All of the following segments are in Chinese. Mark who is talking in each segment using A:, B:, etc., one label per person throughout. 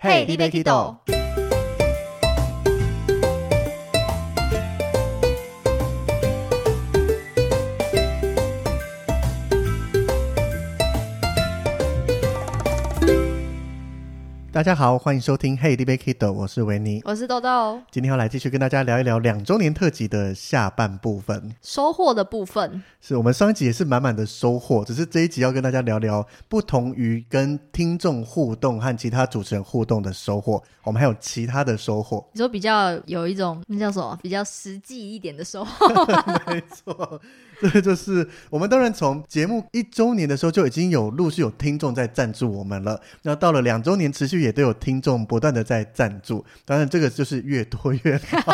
A: 嘿你要去倒
B: 大家好，欢迎收听 Hey, d b Kiddo，我是维尼。
A: 我是豆豆，
B: 今天要来继续跟大家聊一聊两周年特辑的下半部分，
A: 收获的部分，
B: 是我们上一集也是满满的收获，只是这一集要跟大家聊聊不同于跟听众互动和其他主持人互动的收获，我们还有其他的收获。
A: 你说比较有一种那叫什么，比较实际一点的收获，
B: 没错，这就是我们当然从节目一周年的时候就已经有陆续有听众在赞助我们了，那到了两周年，持续也都有听众不断的在赞助，当然这个就是越多越好，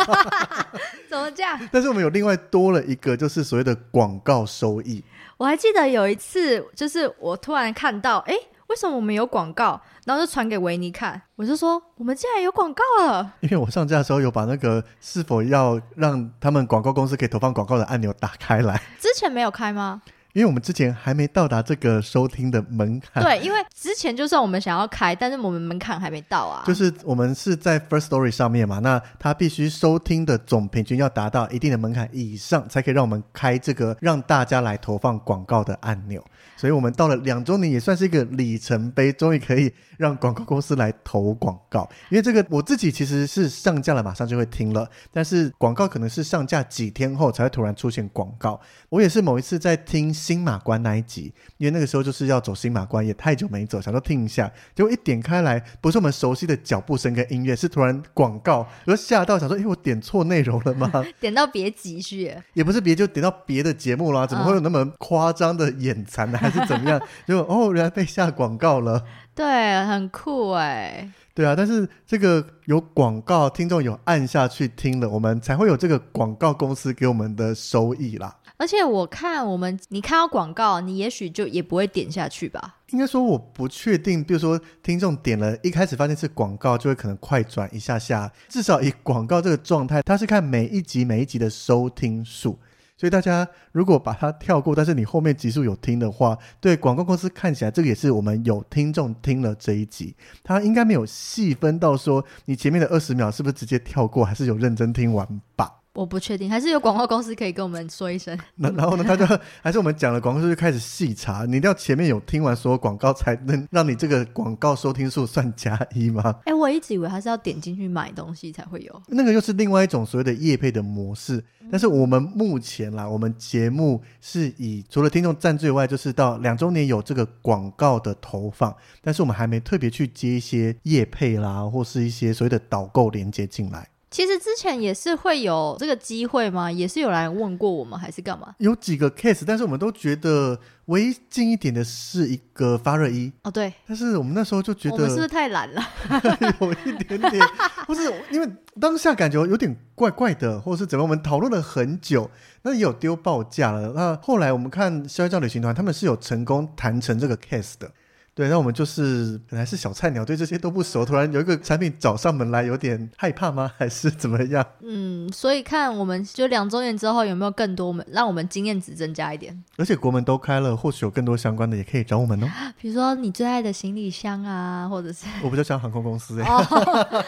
A: 怎么讲？
B: 但是我们有另外多了一个就是所谓的广告收益，
A: 我还记得有一次，就是我突然看到，哎、为什么我们有广告？然后就传给维尼看，我就说我们竟然有广告了，
B: 因为我上架的时候有把那个是否要让他们广告公司可以投放广告的按钮打开来，
A: 之前没有开吗？
B: 因为我们之前还没到达这个收听的门槛，
A: 对，因为之前就算我们想要开，但是我们门槛还没到啊。
B: 就是我们是在 First Story 上面嘛，那它必须收听的总平均要达到一定的门槛以上，才可以让我们开这个让大家来投放广告的按钮。所以我们到了两周年，也算是一个里程碑，终于可以让广告公司来投广告。因为这个我自己其实是上架了，马上就会听了，但是广告可能是上架几天后才会突然出现广告。我也是某一次在听新马关那一集，因为那个时候就是要走新马关，也太久没走，想说听一下，结果一点开来，不是我们熟悉的脚步声跟音乐，是突然广告，我就吓到，想说，诶，我点错内容了吗？
A: 点到别急去了，
B: 也不是别就点到别的节目啦，怎么会有那么夸张的眼馋呢？还是怎么样？就哦，原来被下广告了。
A: 对，很酷哎、
B: 对啊，但是这个有广告，听众有按下去听了，我们才会有这个广告公司给我们的收益啦。
A: 而且我看我们，你看到广告，你也许就也不会点下去吧？
B: 应该说我不确定，比如说听众点了一开始发现是广告，就会可能快转一下下。至少以广告这个状态，它是看每一集每一集的收听数。所以大家如果把它跳过，但是你后面集数有听的话，对广告公司看起来这个也是我们有听众听了这一集，他应该没有细分到说你前面的二十秒是不是直接跳过，还是有认真听完吧。
A: 我不确定，还是有广告公司可以跟我们说一声。
B: 那然后呢，他就 还是我们讲了广告之后就开始细查，你一定要前面有听完所有广告，才能让你这个广告收听数算加一吗？
A: 哎、我一直以为他是要点进去买东西才会有。
B: 那个又是另外一种所谓的业配的模式，
A: 嗯
B: 但是我们目前啦，我们节目是以除了听众赞助以外，就是到两周年有这个广告的投放，但是我们还没特别去接一些业配啦，或是一些所谓的导购连接进来。
A: 其实之前也是会有这个机会吗？也是有来问过我们，还是干嘛？
B: 有几个 case，但是我们都觉得唯一近一点的是一个发热衣，
A: 哦，对，
B: 但是我们那时候就觉
A: 我
B: 得
A: 们是不是太懒了？
B: 有一点点， 不是因为当下感觉有点怪怪的，或者是怎么样，我们讨论了很久，那也有丢报价了。那后来我们看逍遥教旅行团，他们是有成功谈成这个 case 的。对，那我们就是本来是小菜鸟，对这些都不熟，突然有一个产品找上门来，有点害怕吗？还是怎么样？
A: 嗯，所以看我们就两周年之后有没有更多我们让我们经验值增加一点，
B: 而且国门都开了，或许有更多相关的也可以找我们哦。
A: 比如说你最爱的行李箱啊，或者 是
B: 我比较想航空公司、欸，
A: 哦，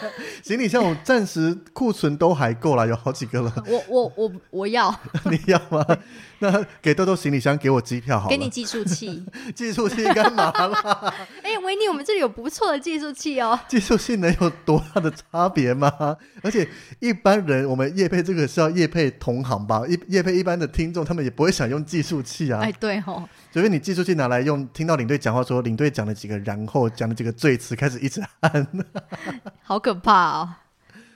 B: 行李箱我暂时库存都还够啦，有好几个了，
A: 我我我我要
B: 你要 吗？那给豆豆行李箱，给我机票好了。
A: 给你计数 器。
B: 技术性干嘛 啦？
A: 哎、维尼，我们这里有不错的计数器哦。
B: 技术性能有多大的差别吗？而且一般人，我们业配这个是要业配同行吧？业业配一般的听众，他们也不会想用计数器啊
A: 哎、。对吼，
B: 除非你计数器拿来用，听到领队讲话说领队讲了几个然后，讲了几个最词，开始一直按。
A: 好可怕哦。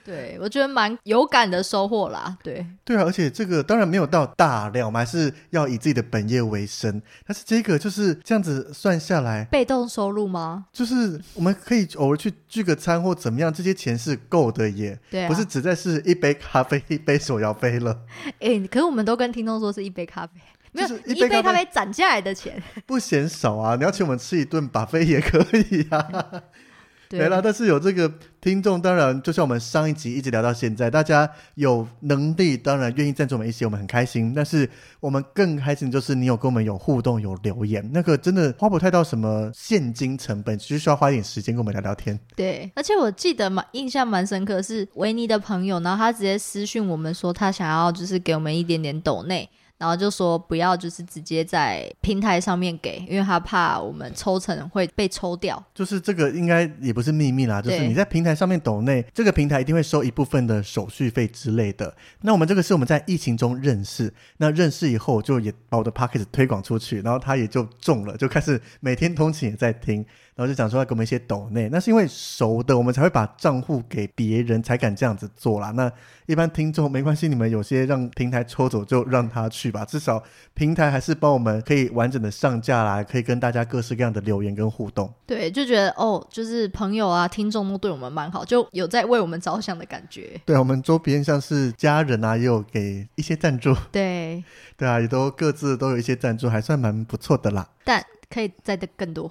A: 对，我觉得蛮有感的收获啦。对，
B: 对啊，而且这个当然没有到大量，我们还是要以自己的本业为生。但是这个就是这样子算下来，
A: 被动收入吗？
B: 就是我们可以偶尔去聚个餐或怎么样，这些钱是够的耶。
A: 对啊，
B: 不是只在是一杯咖啡、一杯手摇杯 了，
A: 哎、可是我们都跟听众说是一杯咖啡，没有
B: 就是
A: 你
B: 一
A: 一
B: 杯
A: 杯
B: 咖
A: 咖
B: 啡
A: 啡攒下来的钱。
B: 不嫌少啊！你要请我们吃一顿把费也可以啊。对啦，但是有这个听众，当然就像我们上一集一直聊到现在，大家有能力，当然愿意赞助我们一些，我们很开心。但是我们更开心就是你有跟我们有互动，有留言，那个真的花不太到什么现金成本，只是需要花一点时间跟我们聊聊天。
A: 对，而且我记得蛮印象蛮深刻是维尼的朋友，然后他直接私讯我们说他想要就是给我们一点点抖内，然后就说不要就是直接在平台上面给，因为他怕我们抽成会被抽掉。
B: 就是这个应该也不是秘密啦，就
A: 对
B: 是你在平台上面抖内，这个平台一定会收一部分的手续费之类的。那我们这个是我们在疫情中认识，那认识以后就也把我的 p o c k e t 推广出去，然后他也就中了，就开始每天通勤也在听，然后就讲说要给我们一些抖内。那是因为熟的，我们才会把账户给别人，才敢这样子做啦。那一般听众没关系，你们有些让平台抽走就让他去吧，至少平台还是帮我们可以完整的上架啦，可以跟大家各式各样的留言跟互动。
A: 对，就觉得哦，就是朋友啊、听众都对我们蛮好，就有在为我们着想的感觉。
B: 对，我们周边像是家人啊，也有给一些赞助，
A: 对，
B: 对啊，也都各自都有一些赞助，还算蛮不错的啦。
A: 但可以再的更多。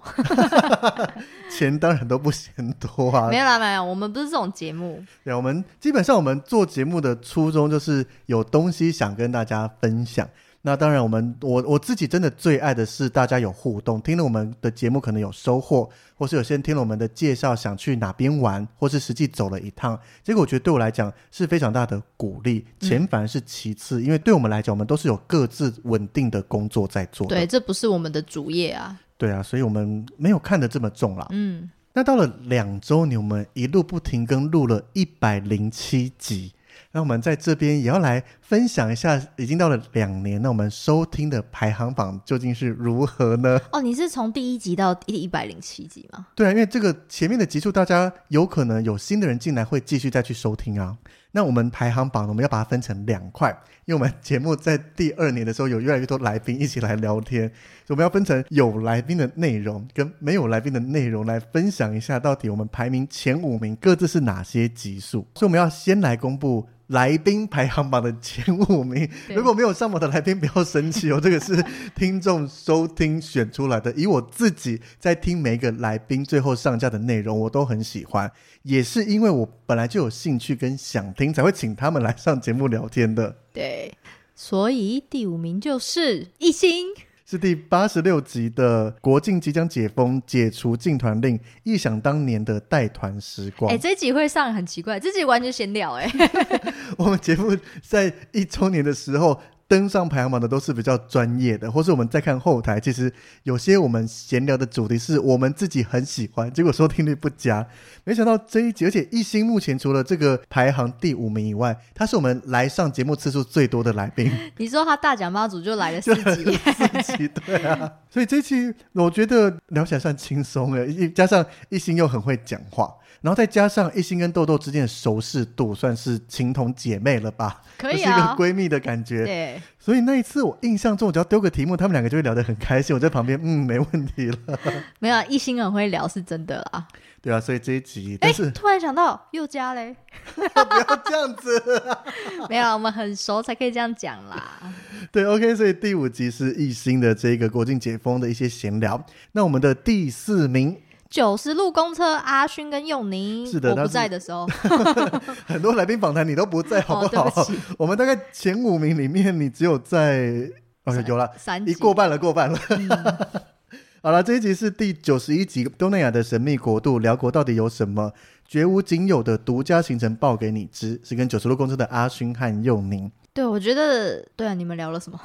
B: 钱当然都不嫌多啊
A: 没。有啦，没有，我们不是这种节目。
B: 对，我们基本上我们做节目的初衷就是有东西想跟大家分享。那当然，我们我我自己真的最爱的是大家有互动，听了我们的节目可能有收获，或是有些人听了我们的介绍想去哪边玩，或是实际走了一趟，结果我觉得对我来讲是非常大的鼓励。钱反而是其次，因为对我们来讲，我们都是有各自稳定的工作在做的。
A: 对，这不是我们的主业啊。
B: 对啊，所以我们没有看得这么重啦。
A: 嗯，
B: 那到了两周年，我们一路不停更，录了一百零七集。那我们在这边也要来分享一下，已经到了两年，那我们收听的排行榜究竟是如何呢？
A: 哦，你是从第一集到一百零七集吗？
B: 对啊，因为这个前面的集数，大家有可能有新的人进来会继续再去收听啊。那我们排行榜呢，我们要把它分成两块，因为我们 节目在第二年的时候有越来越多来宾一起来聊天，所以我们要分成有来宾的内容跟没有来宾的内容来分享一下，到底我们排名前五名各自是哪些集数。所以我们要先来公布。来宾排行榜的前五名，
A: 对
B: 如果没有上榜的来宾不要生气哦，这个是听众收听选出来的，以我自己在听每一个来宾最后上架的内容，我都很喜欢，也是因为我本来就有兴趣跟想听，才会请他们来上节目聊天的。
A: 对，所以第五名就是一心。
B: 是第八十六集的国境即将解封，解除禁团令，忆想当年的带团时光。
A: 哎、这集会上很奇怪，这集完全闲聊 哎、
B: 我们节目在一周年的时候登上排行榜的都是比较专业的，或是我们在看后台，其实有些我们闲聊的主题是我们自己很喜欢，结果收听率不佳。 没想到这一集，而且一星目前除了这个排行第五名以外，他是我们来上节目次数最多的来宾。
A: 你说他大奖妈祖就来了四集，
B: 四期， 对啊，所以这期我觉得聊起来算轻松了，一加上一心又很会讲话，然后再加上一心跟豆豆之间的熟识度，算是情同姐妹了吧？
A: 可以
B: 就是一个
A: 啊。
B: 闺蜜的感觉。
A: 对，
B: 所以那一次我印象中，我只要丢个题目，他们两个就会聊得很开心。我在旁边，嗯，没问题了，
A: 没有啊一心很会聊是真的啦。
B: 对啊，所以这一集，
A: 哎、
B: 但是、
A: 突然想到佑嘉嘞，
B: 不要这样子。
A: 没有啊，我们很熟才可以这样讲啦。
B: 对，OK，所以第五集是一心的这个国庆解封的一些闲聊。那我们的第四名
A: 九十路公车，阿勋跟佑宁，
B: 是的
A: 我
B: 他
A: 不
B: 是
A: 在的时 候，
B: 很多来宾访谈你都不在，好
A: 哦，
B: 不
A: 对
B: 好？
A: 不起，
B: 我们大概前五名里面，你只有在哦有了，
A: 三集
B: 一过半了，过半了。
A: 嗯
B: 好了，这一集是第九十一集，东南亚的神秘国度辽国到底有什么绝无仅有的独家行程报给你知？是跟九十路公车的阿勋和佑宁，
A: 对，我觉得对啊，你们聊了 什么？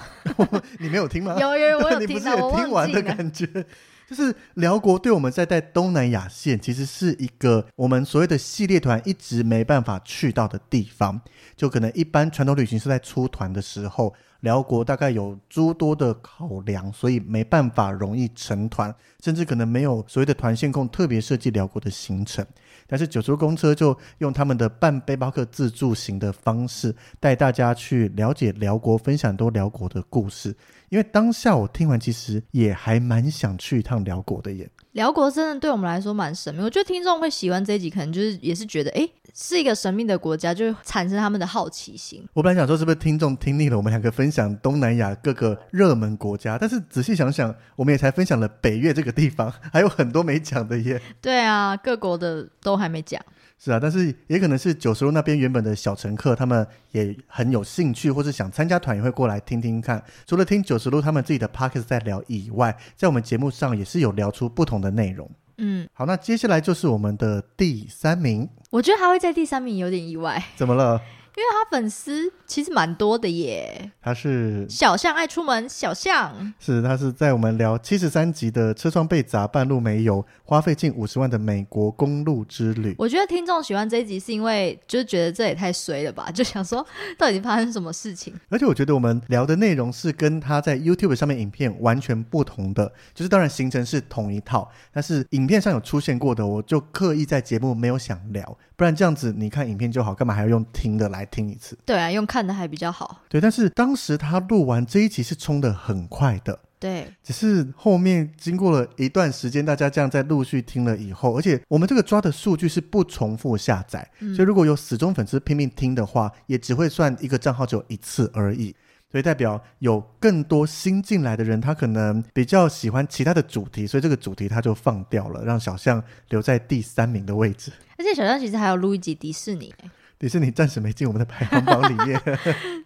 B: 你没有听吗？
A: 有有有，我 有
B: 你不
A: 听
B: 是
A: 到，
B: 也
A: 我
B: 听
A: 忘
B: 完
A: 记
B: 的
A: 了。
B: 感觉？就是辽国对我们在带东南亚线，其实是一个我们所谓的系列团一直没办法去到的地方。就可能一般传统旅行社在出团的时候，辽国大概有诸多的考量，所以没办法容易成团，甚至可能没有所谓的团线控特别设计辽国的行程。但是九州公车就用他们的半背包客自助型的方式，带大家去了解辽国，分享很多辽国的故事。因为当下我听完，其实也还蛮想去一趟辽国的耶。
A: 辽国真的对我们来说蛮神秘，我觉得听众会喜欢这一集，可能就是也是觉得，哎，是一个神秘的国家，就会产生他们的好奇心。
B: 我本来想说，是不是听众听腻了我们两个分享东南亚各个热门国家？但是仔细想想，我们也才分享了北越这个地方，还有很多没讲的耶。
A: 对啊，各国的都还没讲。
B: 是啊，但是也可能是九十路那边原本的小乘客，他们也很有兴趣，或是想参加团，也会过来听听看。除了听九十路他们自己的 p o c k e t 在聊以外，在我们节目上也是有聊出不同的内容。
A: 嗯，
B: 好，那接下来就是我们的第三名，
A: 我觉得他会在第三名有点意外，
B: 怎么了？
A: 因为他粉丝其实蛮多的耶。
B: 他是
A: 小象爱出门，小象
B: 是，他是在我们聊七十三集的车窗被砸半路没油，花费近五十万的美国公路之旅。
A: 我觉得听众喜欢这一集是因为就是觉得这也太衰了吧，就 想说到底发生什么事情？
B: 而且我觉得我们聊的内容是跟他在 YouTube 上面影片完全不同的，就是当然行程是同一套，但是影片上有出现过的，我就刻意在节目没有想聊，不然这样子你看影片就好，干嘛还要用听的来听一次？
A: 对啊，用看的还比较好。
B: 对，但是当时他录完这一集是冲的很快的，
A: 对，
B: 只是后面经过了一段时间，大家这样在陆续听了以后，而且我们这个抓的数据是不重复下载，
A: 嗯
B: 所以如果有死忠粉丝拼命听的话，也只会算一个账号只有一次而已。所以代表有更多新进来的人，他可能比较喜欢其他的主题，所以这个主题他就放掉了，让小象留在第三名的位置。
A: 而且小象其实还有录一集迪士尼耶，
B: 迪士尼暂时没进我们的排行榜里面，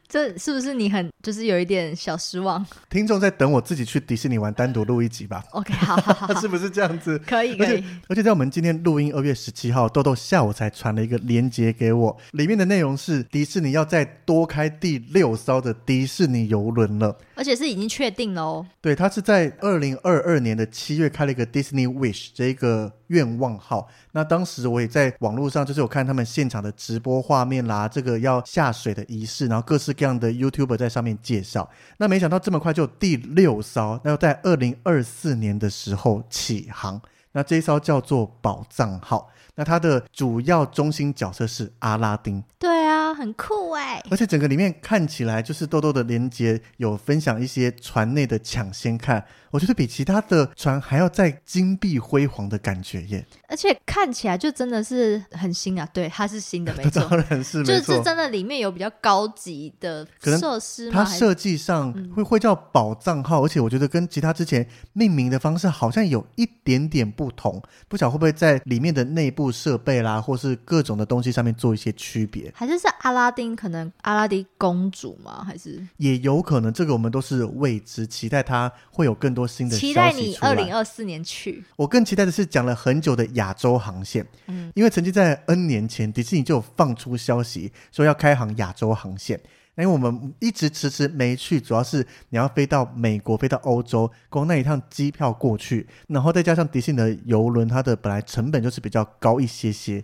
A: 这是不是你很就是有一点小失望
B: 听众在等我自己去迪士尼玩，单独录一集吧，
A: ？OK，好好好，好
B: 是不是这样子？
A: 可以
B: 而
A: 可
B: 且
A: 以。
B: 而且在我们今天录音二月十七号，豆豆下午才传了一个链接给我，里面的内容是迪士尼要再多开第六艘的迪士尼游轮了。
A: 而且是已经确定了哦。
B: 对，它是在二零二二年的七月开了一个 Disney Wish 这一个愿望号。那当时我也在网络上，就是有看他们现场的直播画面啦，这个要下水的仪式，然后各式各样的 YouTuber 在上面介绍。那没想到这么快就有第六艘，那要在二零二四年的时候起航。那这一艘叫做宝藏号，那它的主要中心角色是阿拉丁。
A: 对啊，很酷哎。
B: 而且整个里面看起来就是豆豆的连接有分享一些船内的抢先看，我觉得比其他的船还要再金碧辉煌的感觉耶。
A: 而且看起来就真的是很新啊。 对，它是新的，没错。
B: 当然是
A: 就
B: 没
A: 是这
B: 错。
A: 真的里面有比较高级的
B: 可能
A: 设施吗？
B: 它
A: 还是
B: 设计上
A: 嗯
B: 会会叫宝藏号，而且我觉得跟其他之前命名的方式好像有一点点不同，不晓得会不会在里面的内部设备啦，或是各种的东西上面做一些区别，
A: 还是是阿拉丁？可能阿拉丁公主吗？还是
B: 也有可能这个我们都是未知，期待它会有更多新的消息
A: 期
B: 出来。
A: 待你二零二四年去？
B: 我更期待的是讲了很久的亚洲航线，
A: 嗯
B: 因为曾经在 N 年前，迪士尼就有放出消息说要开航亚洲航线。那因为我们一直迟迟没去，主要是你要飞到美国，飞到欧洲，光那一趟机票过去，然后再加上迪士尼的游轮，它的本来成本就是比较高一些些，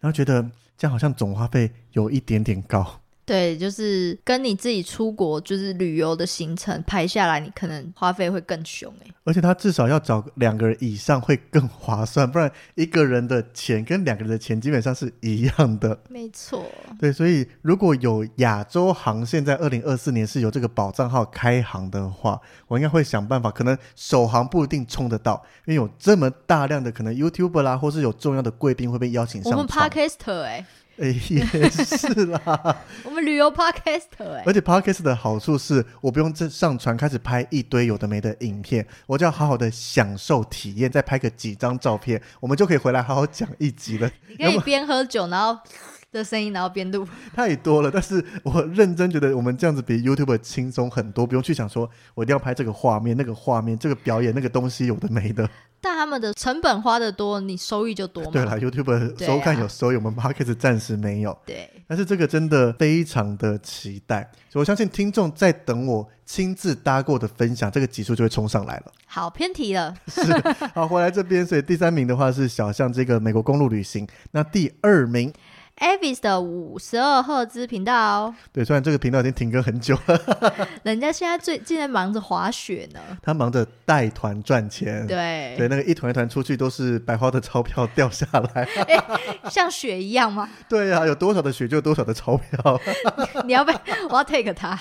B: 然后觉得这样好像总花费有一点点高。
A: 对，就是跟你自己出国就是旅游的行程排下来，你可能花费会更凶哎、
B: 而且他至少要找两个人以上会更划算，不然一个人的钱跟两个人的钱基本上是一样的。
A: 没错，
B: 对，所以如果有亚洲航线在二零二四年是由这个保障号开航的话，我应该会想办法，可能首航不一定冲得到，因为有这么大量的可能 YouTuber 啦，或是有重要的贵宾会被邀请
A: 我们
B: 上船。
A: podcaster 哎、
B: 哎，也是啦。
A: 我们旅游 podcaster 哎、
B: 而且 Podcast 的好处是我不用这上传开始拍一堆有的没的影片，我只要好好的享受体验，再拍个几张照片，我们就可以回来好好讲一集了。
A: 你可以边喝酒然后的声音，然后边录。
B: 太多了，但是我认真觉得我们这样子比 YouTube 轻松很多，不用去想说我一定要拍这个画面、那个画面、这个表演、那个东西有的没的。
A: 但他们的成本花的多，你收益就多嘛。
B: 对啦 y o u t u b e
A: 对啊
B: 收看有收益，我们 Podcast 暂时没有，
A: 对
B: 但是这个真的非常的期待，所以我相信听众在等我亲自搭过的分享，这个集数就会冲上来 了。
A: 好偏题了。
B: 好，回来这边，所以第三名的话是小象这个美国公路旅行，那第二名，
A: Avis 的五十二赫兹频道，
B: 对，虽然这个频道已经停更很久了。
A: 人家现在最竟然忙着滑雪呢。
B: 他忙着带团赚钱。
A: 对，
B: 对，那个一团一团出去都是白花的钞票掉下来。
A: 像雪一样吗？
B: 对啊，有多少的雪就有多少的钞票，
A: 你要被我要 take 他。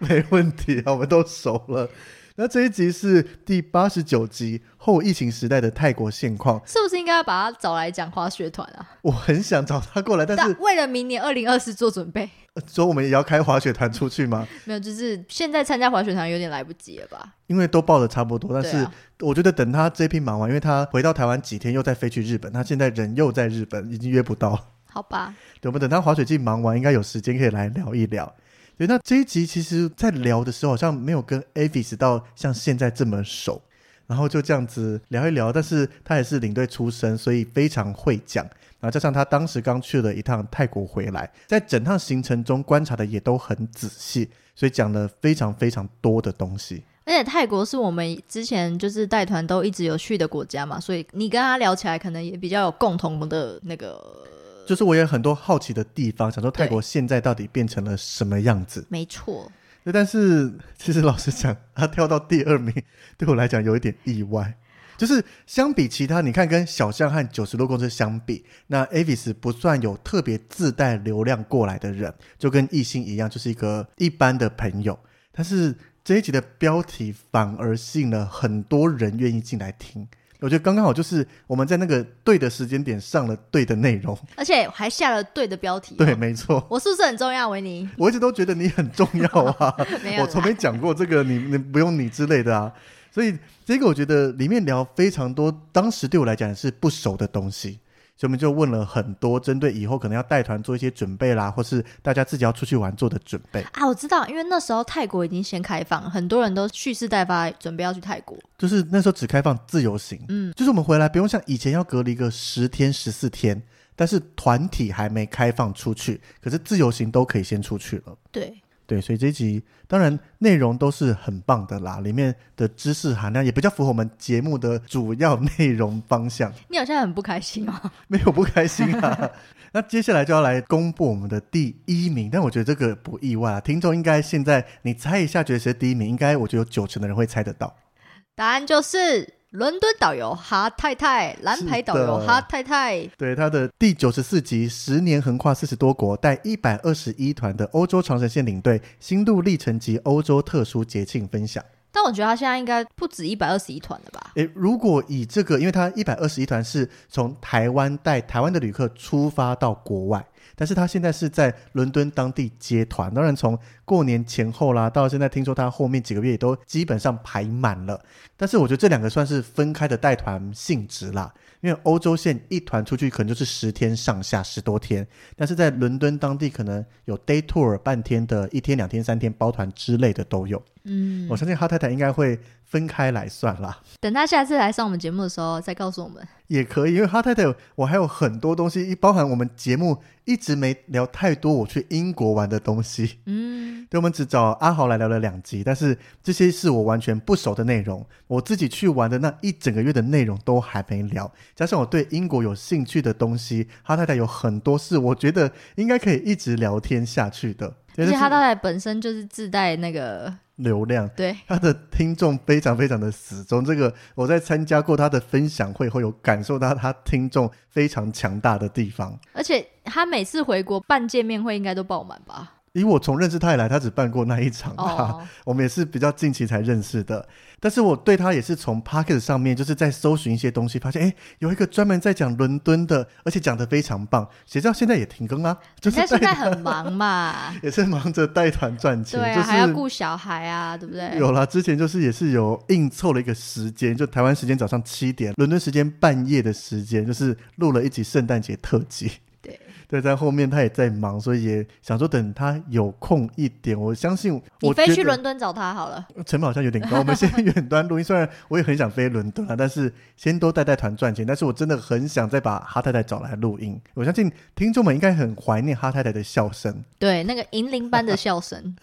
B: 没问题啊，我们都熟了。那那这一集是第八十九集后疫情时代的泰国现况。
A: 是不是应该要把他找来讲滑雪团啊？
B: 我很想找他过来，但是
A: 但为了明年二零二四做准备，
B: 呃说我们也要开滑雪团出去吗？
A: 没有，就是现在参加滑雪团有点来不及了吧？
B: 因为都报的差不多，但
A: 对
B: 是
A: 啊
B: 我觉得等他这批忙完，因为他回到台湾几天又再飞去日本，他现在人又在日本，已经约不到。
A: 好吧，
B: 对，我们等他滑雪季忙完，应该有时间可以来聊一聊。对，那这一集其实，在聊的时候好像没有跟 Avis 到像现在这么熟，然后就这样子聊一聊。但是他也是领队出身，所以非常会讲。然后加上他当时刚去了一趟泰国回来，在整趟行程中观察的也都很仔细，所以讲了非常非常多的东西。
A: 而且泰国是我们之前就是带团都一直有去的国家嘛，所以你跟他聊起来，可能也比较有共同的那个，
B: 就是我也有很多好奇的地方，想说泰国现在到底变成了什么样子。
A: 没错。
B: 对，但是其实老实讲，他跳到第二名，对我来讲有一点意外。就是相比其他，你看跟小象和九十多公司相比，那 Avis 不算有特别自带流量过来的人，就跟异性一样，就是一个一般的朋友。但是这一集的标题反而吸引了很多人愿意进来听，我觉得刚刚好就是我们在那个对的时间点上了对的内容。
A: 而且还下了对的标题、哦
B: 对，，没错，
A: 我是不是很重要，维 尼？
B: 我一直都觉得你很重要啊。
A: 没有
B: 我
A: 啦，
B: 从没讲过这个，你你不用你之类的啊。所以这个我觉得里面聊非常多，当时对我来讲也是不熟的东西，所以我们就问了很多针对以后可能要带团做一些准备啦，或是大家自己要出去玩做的准备。
A: 啊，我知道，因为那时候泰国已经先开放，很多人都蓄势待发，准备要去泰国。
B: 就是那时候只开放自由行，
A: 嗯，
B: 就是我们回来不用像以前要隔离个十天十四天，但是团体还没开放出去，可是自由行都可以先出去了。
A: 对，
B: 对，所以这一集当然内容都是很棒的啦，里面的知识含量也比较符合我们节目的主要内容方向，
A: 你好像很不开心哦。
B: 没有不开心啊。那接下来就要来公布我们的第一名，但我觉得这个不意外啊，听众应该现在你猜一下，觉得谁是第一名，应该我觉得有九成的人会猜得到。
A: 答案就是伦敦导游哈太太，蓝牌导游
B: 是的
A: 哈太太。
B: 对，他的第九十四集，十年横跨四十多国，带一百二十一团的欧洲长城线领队，心路历程及欧洲特殊节庆分享。
A: 但我觉得他现在应该不止一百二十一团了吧？
B: 诶，如果以这个，因为它一百二十一团是从台湾带台湾的旅客出发到国外，但是他现在是在伦敦当地接团。当然，从过年前后啦，到现在听说他后面几个月也都基本上排满了。但是我觉得这两个算是分开的带团性质啦，因为欧洲线一团出去可能就是十天上下，十多天，但是在伦敦当地可能有 day tour 半天的，一天、两天、三天包团之类的都有。
A: 嗯，
B: 我相信哈太太应该会分开来算啦。
A: 等他下次来上我们节目的时候再告诉我们。
B: 也可以，因为哈太太，我还有很多东西，包含我们节目一直没聊太多我去英国玩的东西。
A: 嗯，
B: 对，我们只找阿豪来聊了两集，但是这些是我完全不熟的内容，我自己去玩的那一整个月的内容都还没聊，加上我对英国有兴趣的东西，哈太太有很多是我觉得应该可以一直聊天下去的。
A: 而
B: 对
A: 且
B: 但是
A: 哈太太本身就是自带那个
B: 流量
A: 对。
B: 他的听众非常非常的死忠，这个我在参加过他的分享会后有感受到他听众非常强大的地方。
A: 而且他每次回国办见面会应该都爆满 吧？
B: 以我从认识他以来，他只办过那一场、啊，
A: 哦，
B: 我们也是比较近期才认识的。但是我对他也是从 Pocket 上面，就是在搜寻一些东西，发现哎，诶有一个专门在讲伦敦的，而且讲得非常棒。谁知道现在也停更啊，就是
A: 但现在
B: 带，
A: 很忙嘛
B: 也是忙着带团赚钱，
A: 对啊，
B: 就
A: 还要
B: 是
A: 顾小孩啊，对不对？
B: 有啦，之前就是也是有硬凑了一个时间，就台湾时间早上七点，伦敦时间半夜的时间，就是录了一集圣诞节特辑。
A: 对
B: 对，在后面他也在忙，所以也想说等他有空一点，我相信
A: 你
B: 我
A: 飞
B: 觉
A: 去
B: 得
A: 伦敦找他好了。
B: 成本好像有点高。我们先 远端录音，虽然我也很想飞伦敦啊，但是先都带带团赚钱。但是我真的很想再把哈太太找来录音，我相信听众们应该很怀念哈太太的笑声。
A: 对，那个银铃般的 笑声，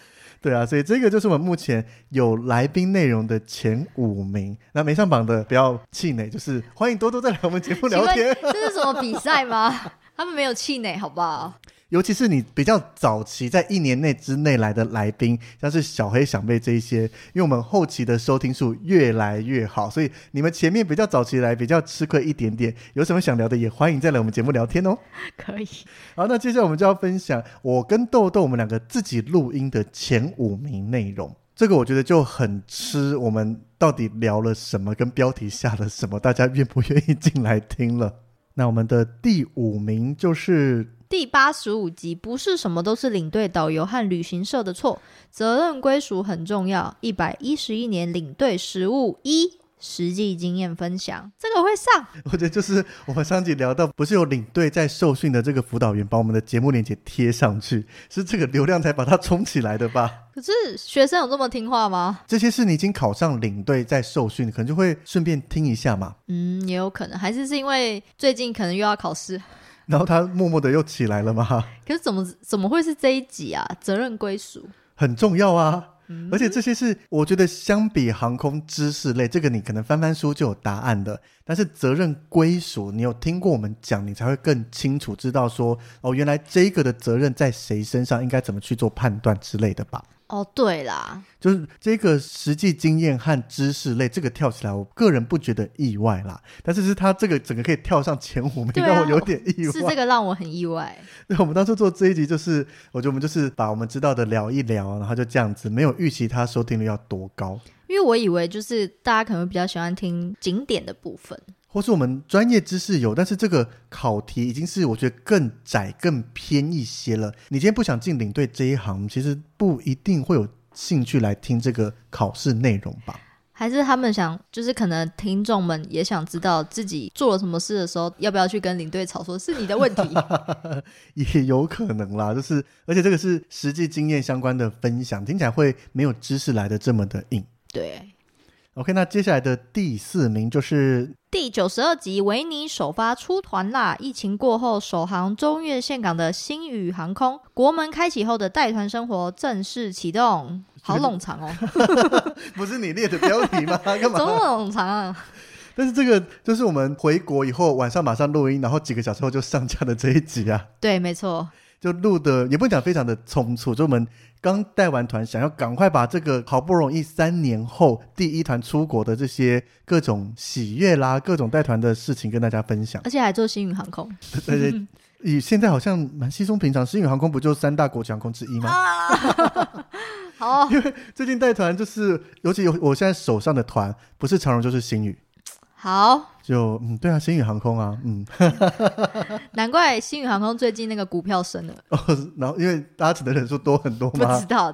B: 对啊，所以这个就是我们目前有来宾内容的前五名。那没上榜的不要气馁，就是欢迎多多再来我们节目聊天。
A: 这是什么比赛吗？ 他们没有气馁，好不好？
B: 尤其是你比较早期在一年内之内来的来宾，像是小黑、小妹这一些，因为我们后期的收听数越来越好，所以你们前面比较早期来比较吃亏一点点。有什么想聊的，也欢迎再来我们节目聊天哦。
A: 可以，
B: 好，那接下来我们就要分享我跟豆豆我们两个自己录音的前五名内容。这个我觉得就很吃我们到底聊了什么，跟标题下了什么，大家愿不愿意进来听了。那我们的第五名就是
A: 第八十五集不是什么都是领队、导游和旅行社的错，责任归属很重要。一百一十一年领队实务一实际经验分享，这个会上。
B: 我觉得就是我们上集聊到，不是有领队在受训的这个辅导员把我们的节目链接贴上去，是这个流量才把它冲起来的吧？
A: 可是学生有这么听话吗？
B: 这些是你已经考上领队在受训，可能就会顺便听一下嘛。
A: 嗯，也有可能，还是是因为最近可能又要考试。
B: 然后他默默的又起来了嘛，
A: 可是怎么怎么会是这一集啊？责任归属，
B: 很重要啊。
A: 嗯
B: 而且这些是我觉得相比航空知识类，这个你可能翻翻书就有答案的。但是责任归属，你有听过我们讲，你才会更清楚知道说，哦，原来这个的责任在谁身上，应该怎么去做判断之类的吧。
A: 哦，对啦，
B: 就是这个实际经验和知识类，这个跳起来，我个人不觉得意外啦。但是是他这个整个可以跳上前五名，
A: 对啊
B: 让我有点意
A: 是
B: 外
A: 这。个让我很意外。
B: 对，我们当初做这一集，就是我觉得我们就是把我们知道的聊一聊，然后就这样子，没有预期它收听率要多高，
A: 因为我以为就是大家可能会比较喜欢听景点的部分，
B: 或是我们专业知识有，但是这个考题已经是我觉得更窄、更偏一些了。你今天不想进领队这一行，其实不一定会有兴趣来听这个考试内容吧。
A: 还是他们想就是可能听众们也想知道自己做了什么事的时候，要不要去跟领队吵说是你的问题？
B: 也有可能啦，就是而且这个是实际经验相关的分享，听起来会没有知识来的这么的硬。
A: 对，
B: OK，那接下来的第四名就是
A: 第九十二集维尼首发出团啦！疫情过后首航中越岘港的星宇航空，国门开启后的带团生活正式启动，好冗长哦，
B: 不是你列的标题吗？干
A: 怎 么那
B: 嘛？
A: 么冗长啊？
B: 但是这个就是我们回国以后晚上马上录音，然后几个小时后就上架的这一集啊，
A: 对，没错，
B: 就录的也不能讲非常的匆促，就我们刚带完团，想要赶快把这个好不容易三年后第一团出国的这些各种喜悦啦、各种带团的事情跟大家分 享。
A: 而且还做星宇航空
B: 而且以现在好像蛮稀松平常，星宇航空不就三大国际航空之一吗？
A: 啊， 好哦
B: 最近带团就是，尤其有我现在手上的团，不是长荣就是星宇，
A: 好，
B: 就嗯，对啊，星宇航空啊，嗯，
A: 难怪星宇航空最近那个股票升了，
B: 哦， 然后因为大家请的人数多很多
A: 不
B: 嘛
A: 知，道，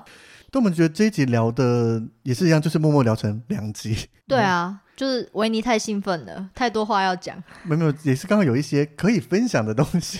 B: 但我们觉得这一集聊的也是一样，就是默默聊成两集，
A: 对
B: 嗯
A: 啊，就是维尼太兴奋了，太多话要讲，
B: 没有没有，也是刚刚有一些可以分享的东西，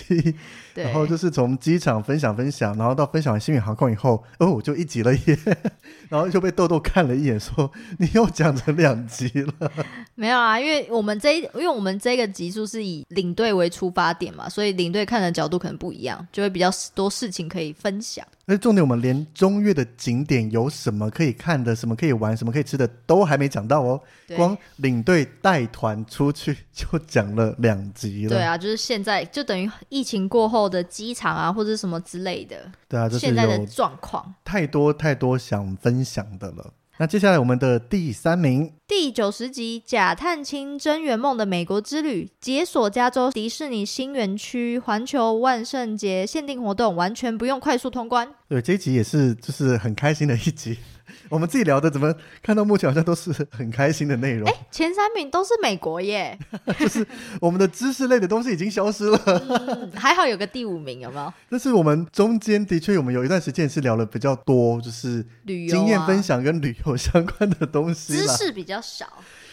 A: 对，
B: 然后就是从机场分享分享，然后到分享完星宇航空以后，哦，我就一集了耶， 然后就被豆豆看了一眼说，你又讲成两集了。
A: 没有啊，因为我们这一，因为我们这个集数是以领队为出发点嘛，所以领队看的角度可能不一样，就会比较多事情可以分享。
B: 而且重点，我们连中越的景点有什么可以看的、什么可以玩、什么可以吃的都还没讲到哦。
A: 对，
B: 光领队带团出去就讲了两集了。
A: 对，啊，就是现在就等于疫情过后的机场啊，或者什么之类的，
B: 对啊，就是
A: 现在的
B: 有
A: 状况。
B: 太多太多想分享的了。那接下来我们的第三名，
A: 第九十集《假探亲真圆梦的美国之旅》，解锁加州迪士尼新园区环球万圣节限定活动，完全不用快速通关。
B: 对这一集也是就是很开心的一集。 我们自己聊的怎么看到目前好像都是很开心的内容，
A: 哎前三名都是美 国耶，
B: 我们的知识类的东西已经消失了。
A: 嗯还好有个第五名，有没有？
B: 但是我们中间的确，我们有一段时间是聊了比较多，就是
A: 旅游、啊、
B: 经验分享跟旅游相关的东西
A: 知
B: 啦。
A: 识比较少，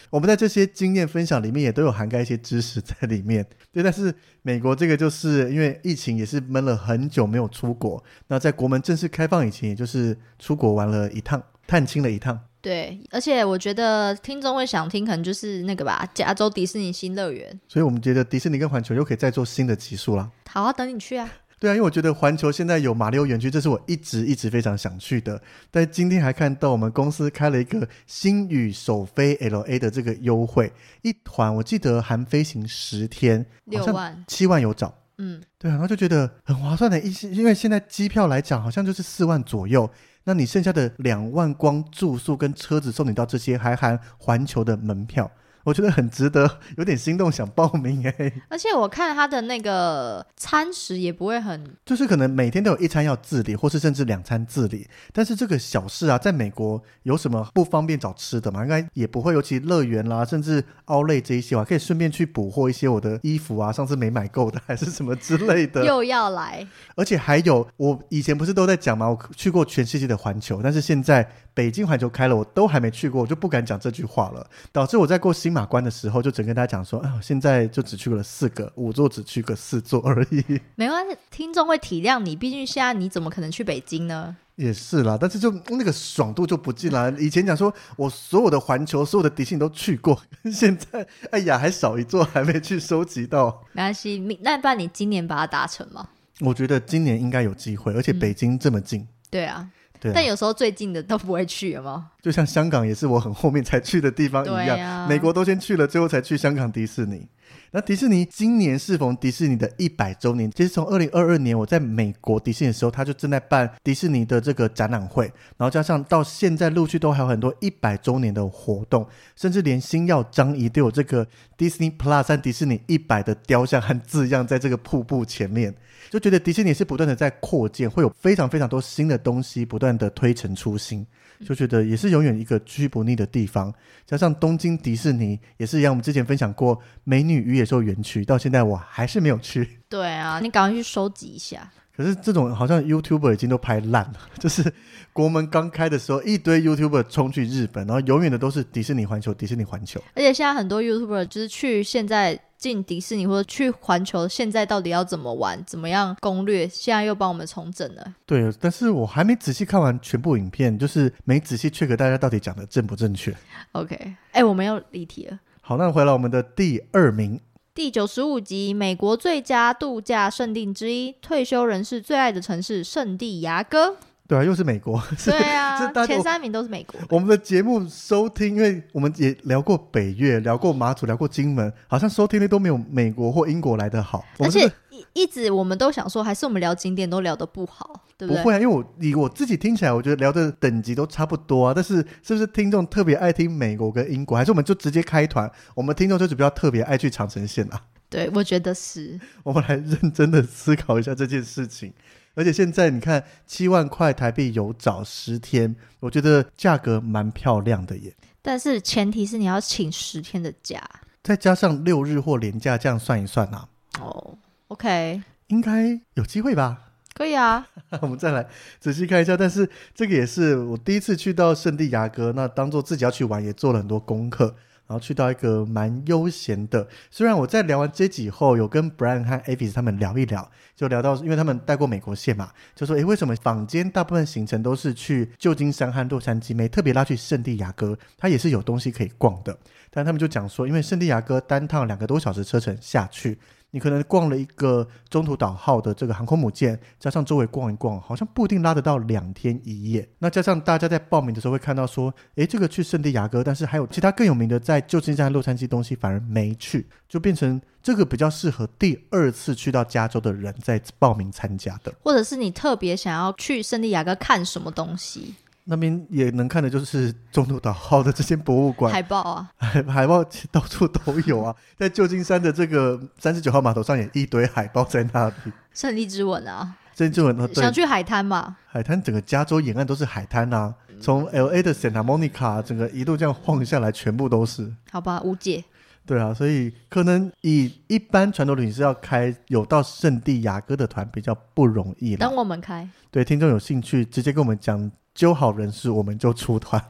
B: 我们在这些经验分享里面也都有涵盖一些知识在里面。 对，但是美国这个就是因为疫情也是闷了很久没有出国，那在国门正式开放以前，也就是出国玩了一趟，探亲了一趟。
A: 对，而且我觉得听众会想听，可能就是那个吧，加州迪士尼新乐园。
B: 所以我们觉得迪士尼跟环球又可以再做新的集数啦。
A: 好啊，等你去啊！
B: 对啊，因为我觉得环球现在有马里奥园区，这是我一直一直非常想去的。但今天还看到我们公司开了一个星宇首飞 LA 的这个优惠，一团我记得含飞行十天，
A: 六万，
B: 七万有找。
A: 嗯，
B: 对啊，然后就觉得很划算的，一些因为现在机票来讲好像就是四万左右，那你剩下的两万光住宿跟车子送你到这些，还含环球的门票，我觉得很值得，有点心动想报名哎、
A: 而且我看它的那个餐食也不会很，
B: 就是可能每天都有一餐要自理，或是甚至两餐自理。但是这个小事啊，在美国有什么不方便找吃的嘛？应该也不会，尤其乐园啦，甚至 Outlet 这一些，我还可以顺便去补货一些我的衣服啊，上次没买够的，还是什么之类的。
A: 又要来，
B: 而且还有，我以前不是都在讲嘛，我去过全世界的环球，但是现在北京环球开了，我都还没去过，我就不敢讲这句话了，导致我在过新马关的时候，就只跟大家讲说，啊，我现在就只去过了四个，五座只去过四座而已。
A: 没关系，听众会体谅你，毕竟现在你怎么可能去北京呢？
B: 也是啦，但是就那个爽度就不进来。以前讲说我所有的环球、所有的迪士尼都去过，现在哎呀还少一座还没去收集到。
A: 没关系，明那不然你今年把它达成嘛？
B: 我觉得今年应该有机会，而且北京这么近，
A: 对啊，
B: 对啊、
A: 但有时候最近的都不会去，有吗？
B: 就像香港也是我很后面才去的地方一样，
A: 对啊
B: 美国都先去了，最后才去香港迪士尼。那迪士尼今年适逢迪士尼的一百周年，其实从二零二二年我在美国迪士尼的时候，他就正在办迪士尼的这个展览会，然后加上到现在陆续都还有很多一百周年的活动，甚至连星耀张仪都有这个 Disney Plus 和迪士尼一百的雕像和字样在这个瀑布前面，就觉得迪士尼是不断的在扩建，会有非常非常多新的东西不断的推陈出新，就觉得也是永远一个居不腻的地方。加上东京迪士尼也是一样，我们之前分享过美女与野兽园区，到现在我还是没有去。
A: 对啊，你赶快去收集一下。
B: 可是这种好像 YouTuber 已经都拍烂了，就是国门刚开的时候，一堆 YouTuber 冲去日本，然后永远的都是迪士尼环球，迪士尼环球。
A: 而且现在很多 YouTuber 就是去现在进迪士尼或者去环球，现在到底要怎么玩，怎么样攻略，现在又帮我们重整了。
B: 对，但是我还没仔细看完全部影片，就是没仔细 check 大家到底讲的正不正确。
A: OK，哎、我们又离题了。
B: 好，那回来我们的第二名，
A: 第九十五集，美国最佳度假胜地之一，退休人士最爱的城市圣地 牙哥。
B: 对啊，又是美国， 是
A: 对啊
B: 这大，
A: 前三名都是美 国。
B: 我们的节目收听，因为我们也聊过北越，聊过马祖，聊过金门，好像收听率都没有美国或英国来的好。我
A: 而
B: 们是
A: 且一一直我们都想说，还是我们聊景点都聊得不好，对
B: 不
A: 对？
B: 会啊，因为我以我自己听起来，我觉得聊的等级都差不多啊。但是是不是听众特别爱听美国跟英国，还是我们就直接开团？我们听众就是比较特别爱去长城线啊。
A: 对，我觉得是。
B: 我们来认真的思考一下这件事情。而且现在你看，七万块台币有找十天，我觉得价格蛮漂亮的耶。
A: 但是前提是你要请十天的假
B: 再加上六日或连假，这样算一算啊，
A: 哦。OK，
B: 应该有机会吧？
A: 可以啊。
B: 我们再来仔细看一下。但是这个也是我第一次去到圣地亚哥，那当做自己要去玩，也做了很多功课，然后去到一个蛮悠闲的。虽然我在聊完这集以后，有跟 Brian 和 Avis 他们聊一聊，就聊到，因为他们带过美国线嘛，就说，诶，为什么坊间大部分行程都是去旧金山和洛杉矶，没特别拉去圣地亚哥，它也是有东西可以逛的。但他们就讲说，因为圣地亚哥单趟两个多小时车程下去，你可能逛了一个中途岛号的这个航空母舰，加上周围逛一逛，好像不一定拉得到两天一夜。那加上大家在报名的时候会看到说，诶，这个去圣地亚哥，但是还有其他更有名的在旧金山、洛杉矶东西反而没去，就变成这个比较适合第二次去到加州的人在报名参加的。
A: 或者是你特别想要去圣地亚哥看什么东西，
B: 那边也能看的就是中途岛号的这些博物馆，
A: 海报啊，
B: 海海报其实到处都有啊，在旧金山的这个三十九号码头上也一堆海报在那里。
A: 胜利之吻啊，
B: 真正文哦，对
A: 想，去海滩嘛？
B: 海滩整个加州沿岸都是海滩啊，从 L A 的 Santa Monica 整个一路这样晃下来，全部都是。
A: 好吧，无解。
B: 对啊，所以可能以一般传统旅行社要开有到圣地亚哥的团比较不容易了
A: 等。我们开，
B: 对，听众有兴趣，直接跟我们讲，揪好人数我们就出团。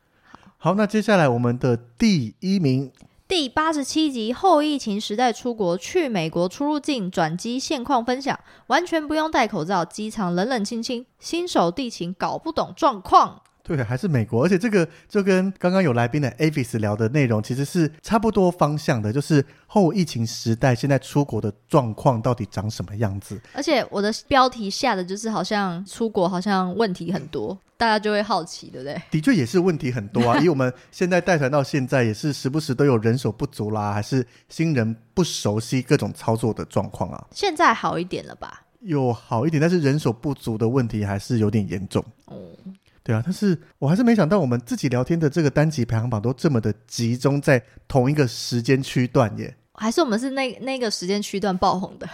B: 好，那接下来我们的第一名
A: 第八十七集后疫情时代出国去美国出入境转机现况分享，完全不用戴口罩，机场冷冷清清，新手地勤搞不懂状况。
B: 对，还是美国，而且这个就跟刚刚有来宾的 Avis 聊的内容其实是差不多方向的，就是后疫情时代现在出国的状况到底长什么样子？
A: 而且我的标题下的就是好像出国好像问题很多，大家就会好奇，对不对？
B: 的确也是问题很多啊，以我们现在带团到现在，也是时不时都有人手不足啦，还是新人不熟悉各种操作的状况啊，
A: 现在好一点了吧？
B: 有好一点，但是人手不足的问题还是有点严重。
A: 哦，
B: 对啊，但是我还是没想到我们自己聊天的这个单集排行榜都这么的集中在同一个时间区段耶。
A: 还是我们是那那个时间区段爆红的，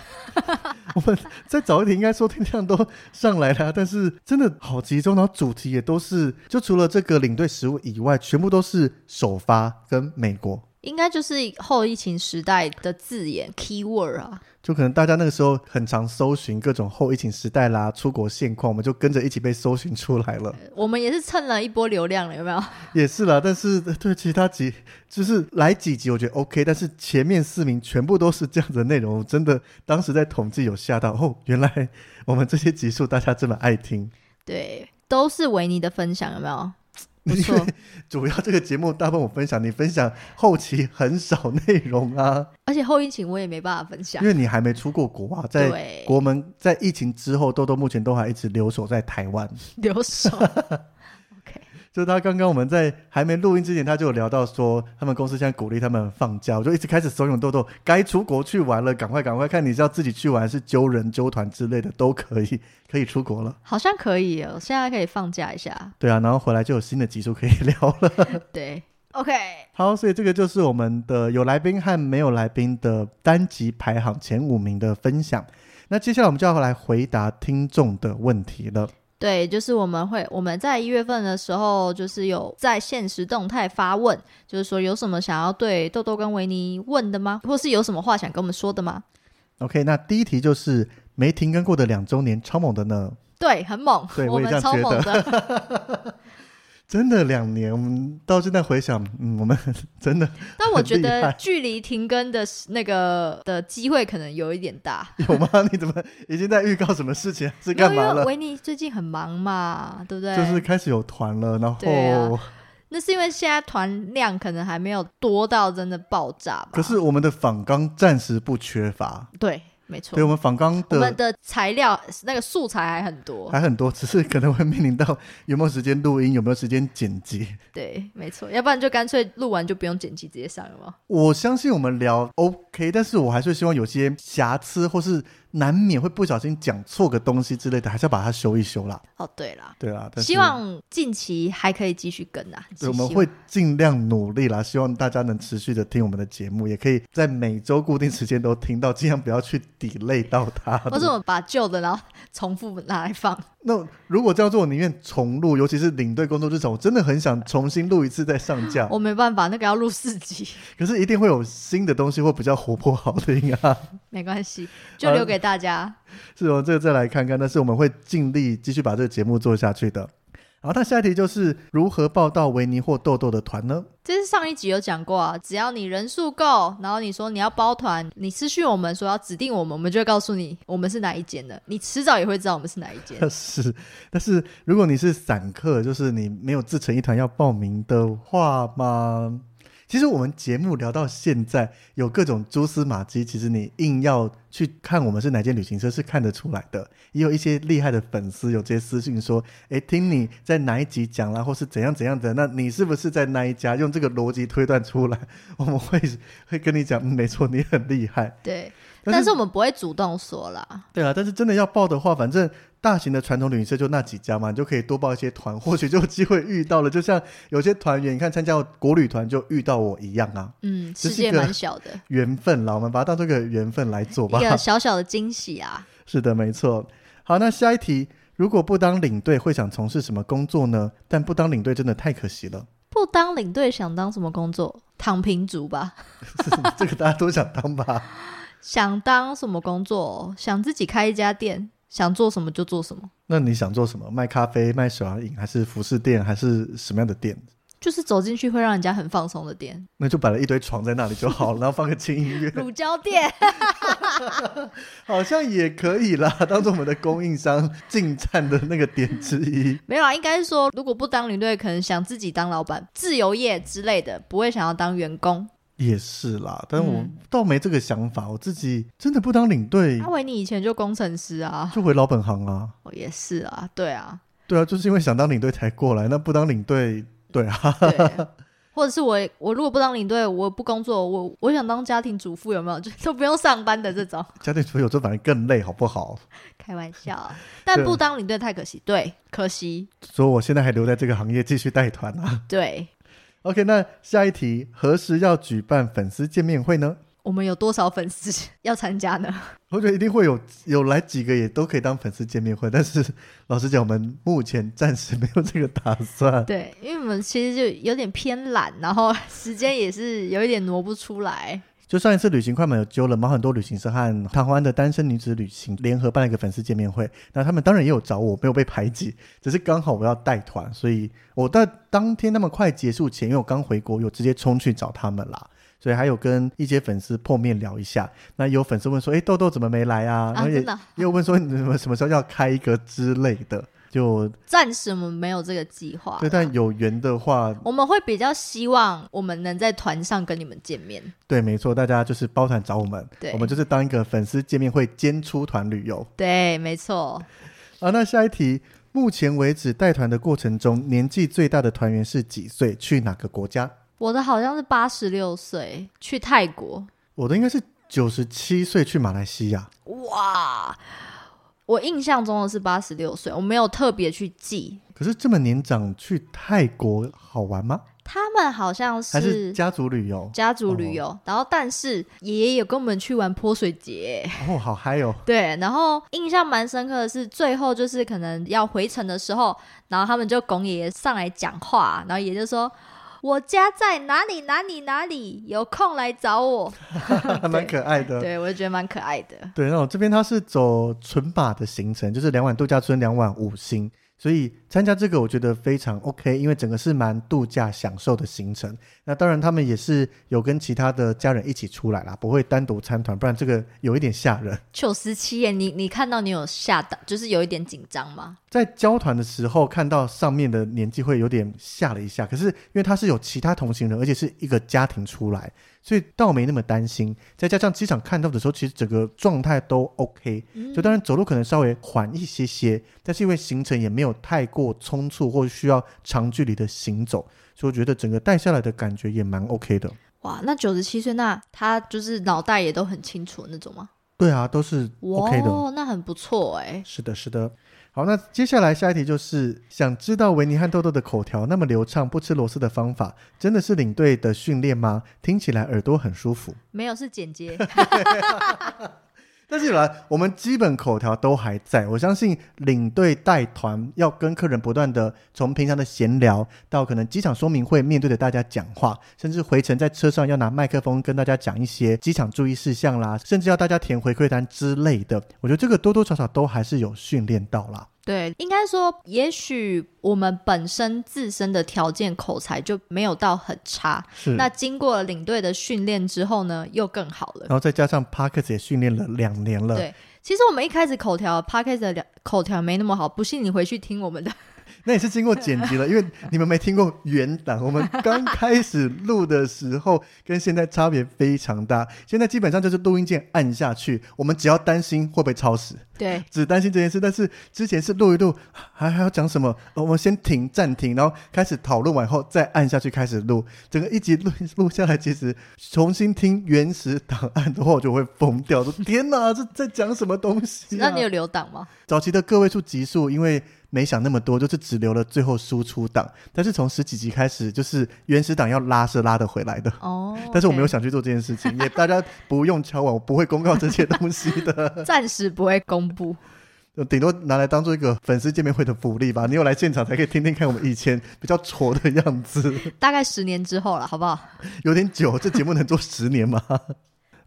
B: 我们再早一点，应该说天量都上来了啊，但是真的好集中，然后主题也都是，就除了这个领队食物以外，全部都是首发跟美国。
A: 应该就是后疫情时代的字眼 keyword 啊。
B: 就可能大家那个时候很常搜寻各种后疫情时代啦、出国现况，我们就跟着一起被搜寻出来了，
A: 我们也是蹭了一波流量了，有没有？
B: 也是啦。但是对其他集就是来几集，我觉得 OK，但是前面四名全部都是这样子的内容，我真的当时在统计有吓到哦，原来我们这些集数大家这么爱听。
A: 对，都是维尼的分 享，有 没有？不
B: 因
A: 错
B: 为，主要这个节目大部分我分享，你分享后期很少内容啊，
A: 而且后疫情我也没办法分享
B: 因。为你还没出过国啊，在
A: 对，
B: 国门在疫情之后，豆豆目前都还一直留守在台湾。
A: 留守。OK，
B: 就是他刚刚我们在还没录音之前，他就有聊到说，他们公司现在鼓励他们放假，我就一直开始怂恿豆豆该出国去玩了，赶快赶快，看你是要自己去玩，是揪人揪团之类的都可以， 可以出国了。
A: 好像可以哦，现在可以放假一下。
B: 对啊，然后回来就有新的集数可以聊了。
A: 对，OK，
B: 好，所以这个就是我们的有来宾和没有来宾的单集排行前五名的分享。那接下来我们就要来回答听众的问题了。
A: 对，就是我们会我们在一月份的时候，就是有在现实动态发问，就是说有什么想要对豆豆跟维尼问的吗？或是有什么话想跟我们说的吗？
B: OK，那第一题就是没停更过的两周年，超猛的呢！
A: 对，很猛，
B: 对
A: 我
B: 我也这
A: 们
B: 样
A: 超
B: 觉
A: 猛的。
B: 真的两年，我们到现在回想，嗯，我们 真的
A: 但我
B: 很
A: 觉
B: 厉
A: 得
B: 害
A: 距离停更的时那个的机会可能有一点大，
B: 有 吗？你怎么已经在预告什么事情是
A: 因为
B: 干嘛
A: 因为
B: 了？
A: 维尼最近很忙嘛，对不对？
B: 就是开始有团了，然
A: 对
B: 后、
A: 啊那是因为现在团量可能还没有多到真的爆炸吧。
B: 可是我们的访纲暂时不缺乏，
A: 对，没错
B: 对，我们访纲
A: 我们
B: 的
A: 的材料那个素材还很多。
B: 还很多，只是可能会面临到有没有时间录音，有没有时间剪辑。
A: 对，没错，要不然就干脆录完就不用剪辑，直接上了吗？
B: 我相信我们聊 OK，但是我还是希望有些瑕疵或是难免会不小心讲错个东西之类的，还是要把它修一修啦。
A: 哦，对啦，
B: 对啊，但是
A: 希望近期还可以继续跟啊。
B: 对
A: 是
B: 我们
A: 希
B: 会尽量努力啦，希望大家能持续的听我们的节目，也可以在每周固定时间都听到，尽量不要去 delay 到它。
A: 望，或者我们把旧的然后重复拿来放。
B: 那如果这样做，我宁愿重录，尤其是领队工作日常，我真的很想重新录一次再上架。
A: 我没办法，那个要录四集，
B: 可是一定会有新的东西会比较活泼好听啊。
A: 没关系，
B: 呃
A: 就留给大家。
B: 是哦，这个再来看看，但是我们会尽力继续把这个节目做下去的。好，那下一题就是如何报道维尼或豆豆的团呢？
A: 这是上一集有讲过啊，只要你人数够，然后你说你要包团，你私讯我们说要指定我们，我们就会告诉你我们是哪一间的，你迟早也会知道我们是哪一 间。
B: 是，但是如果你是散客，就是你没有自成一团要报名的话嘛，其实我们节目聊到现在，有各种蛛丝马迹，其实你硬要去看我们是哪间旅行社是看得出来的。也有一些厉害的粉丝有这些私信说，诶，听你在哪一集讲啦，或是怎样怎样的，那你是不是在那一家？用这个逻辑推断出来， 我们会会跟你讲，嗯没错，你很厉害。
A: 对，
B: 但是
A: 但是我们不会主动说啦。
B: 对啊，但是真的要报的话，反正大型的传统旅行社就那几家嘛，你就可以多报一些团，或许就有机会遇到了。就像有些团员，你看参加国旅团就遇到我一样啊，
A: 嗯，
B: 这是
A: 世界
B: 一个
A: 蛮小 的，
B: 缘分啦，我们把它当做一个缘分来做
A: 一
B: 吧。
A: 个小小的惊喜啊。
B: 是的，没错。好，那下一题，如果不当领队，会想从事什么工作呢？但不当领队真的太可惜了，
A: 不当领队想当什么工作？躺平族吧。
B: 这个大家都想当吧？
A: 想当什么工作？哦想自己开一家店，想做什么就做什么，
B: 那你想做什么？卖咖啡、卖手摇饮，还是服饰店，还是什么样的店？
A: 就是走进去会让人家很放松 的店，
B: 那就摆了一堆床在那里就好了，然后放个轻音乐。
A: 乳胶店。
B: 好像也可以啦， 当做我们的供应商进站的那个点之一。
A: 没有啊，应该是说，如果不当领队，可能想自己当老板、自由业之类的，不会想要当员工。
B: 也是啦，但我
A: 嗯
B: 倒没这个想法，我自己真的不当领队
A: 阿、维，你以前就工程师啊，
B: 就回老本行啊。
A: 嗯哦，也是 啊，对啊，
B: 对啊，就是因为想当领队才过来，那不当领队，对啊，
A: 对，或者是我我如果不当领队，我不工作，我我想当家庭主妇，有没 有？就都不用上班的这种，
B: 家庭主妇有时候反而更累，好不好？
A: 开玩 笑。啊但不当领队太可惜，对，可惜，
B: 所以我现在还留在这个行业继续带团啊。
A: 对。
B: OK，那下一题，何时要举办粉丝见面会呢？
A: 我们有多少粉丝 要参加呢？
B: 我觉得一定会有有来几个也都可以当粉丝见面会，但是老实讲，我们目前暂时没有这个打算。
A: 对，因为我们其实就有点偏懒，然后时间也是有一点挪不出来。
B: 就上一次旅行快门有揪了毛很多旅行社和唐欢的单身女子旅行联合办了一个粉丝见面会，那他们当然也有找我，没有被排挤， 只是刚好我要带团，所以我在当天他们快结束前，因为我刚回国，有直接冲去找他们啦。所以还有跟一些粉丝碰面聊一下，那有粉丝问说：“哎、豆豆怎么没来啊？”然
A: 啊，
B: 后也
A: 真的啊，
B: 也有问说你们什么时候要开一个之类的，就
A: 暂时我们没有这个计划。
B: 对，但有缘的话，
A: 我们会比较希望我们能在团上跟你们见面。
B: 对，没错，大家就是包团找我们，
A: 对
B: 我们就是当一个粉丝见面会兼出团旅游
A: 对，没错，
B: 啊。那下一题，目前为止带团的过程中，年纪最大的团员是几岁？去哪个国家？
A: 我的好像是八十六岁去泰国，
B: 我的应该是九十七岁去马来西亚，
A: 哇！我印象中的是八十六岁，我没有特别去记。
B: 可是这么年长去泰国好玩吗？
A: 他们好像
B: 还是
A: 是
B: 家哦族旅游？
A: 家族旅游，然后但是爷爷有跟我们去玩泼水节，
B: 哦，好嗨哦！
A: 对，然后印象蛮深刻的是，最后就是可能要回程的时候，然后他们就拱爷爷上来讲话，然后爷爷就说：“我家在哪里哪里哪里，有空来 找我。
B: 还蛮可爱的。
A: 对我就觉得蛮可爱的。
B: 对，那我这边它是走纯把的行程，就是两晚度假村，两晚五星，所以参加这个我觉得非常 OK，因为整个是蛮度假享受的行程。那当然他们也是有跟其他的家人一起出来啦，不会单独参团，不然这个有一点吓人。
A: 九十七耶，你你看到你有吓到，就是有一点紧张吗？
B: 在交团的时候看到上面的年纪会有点吓了一下，可是因为他是有其他同行人，而且是一个家庭出来，所以倒没那么担心。再加上机场看到的时候，其实整个状态都 OK，、就当然走路可能稍微缓一些些，但是因为行程也没有太过匆促或需要长距离的行走，所以我觉得整个带下来的感觉也蛮 OK 的。
A: 哇，那九十七岁，那他就是脑袋也都很清楚那种吗？
B: 对啊，都是
A: 哇
B: OK 的。
A: 那很不错哎。
B: 是的，是的。好，那接下来下一题就是想知道维尼和豆豆的口条那么流畅、不吃螺丝的方法，真的是领队的训练吗？听起来耳朵很舒服。
A: 没有是简洁，
B: 但是来，我们基本口条都还在。我相信领队带团要跟客人不断的从平常的闲聊到可能机场说明会面对着大家讲话，甚至回程在车上要拿麦克风跟大家讲一些机场注意事项啦，甚至要大家填回馈单之类的。我觉得这个多多少少都还是有训练到啦。
A: 对，应该说，也许我们本身自身的条件口才就没有到很差，
B: 是
A: 那经过了领队的训练之后呢，又更好了。
B: 然后再加上 Parkes 也训练了两年了，
A: 对其实我们一开始口条 p a c k a g e 的两口条没那么好，不信你回去听我 们的。
B: 那也是经过剪辑了，因为你们没听过原档，我们刚开始录的时候跟现在差别非常大。现在基本上就是录音键按下去，我们只要担心会不会超时，
A: 对，
B: 只担心这件事。但是之前是录一录，还还要讲什么？呃我们先停暂停，然后开始讨论完后再按下去开始录，整个一集录录下来，其实重新听原始档案的话，我就会疯掉，说天哪，这在讲什么东西、啊？
A: 那你有留档吗？
B: 早期的个位数集数，因为没想那么多，就是只留了最后输出档。但是从十几集开始，就是原始档要拉是拉得回来的。
A: 哦，
B: 但是我没有
A: OK
B: 想去做这件事情，也 大家不用敲碗，我不会公告这些东西的，
A: 暂时不会公布。
B: 顶多拿来当做一个粉丝见面会的福利吧。你有来现场才可以听听看我们以前比较挫的样子，
A: 大概十年之后了，好不好？
B: 有点久，这节目能做十年吗？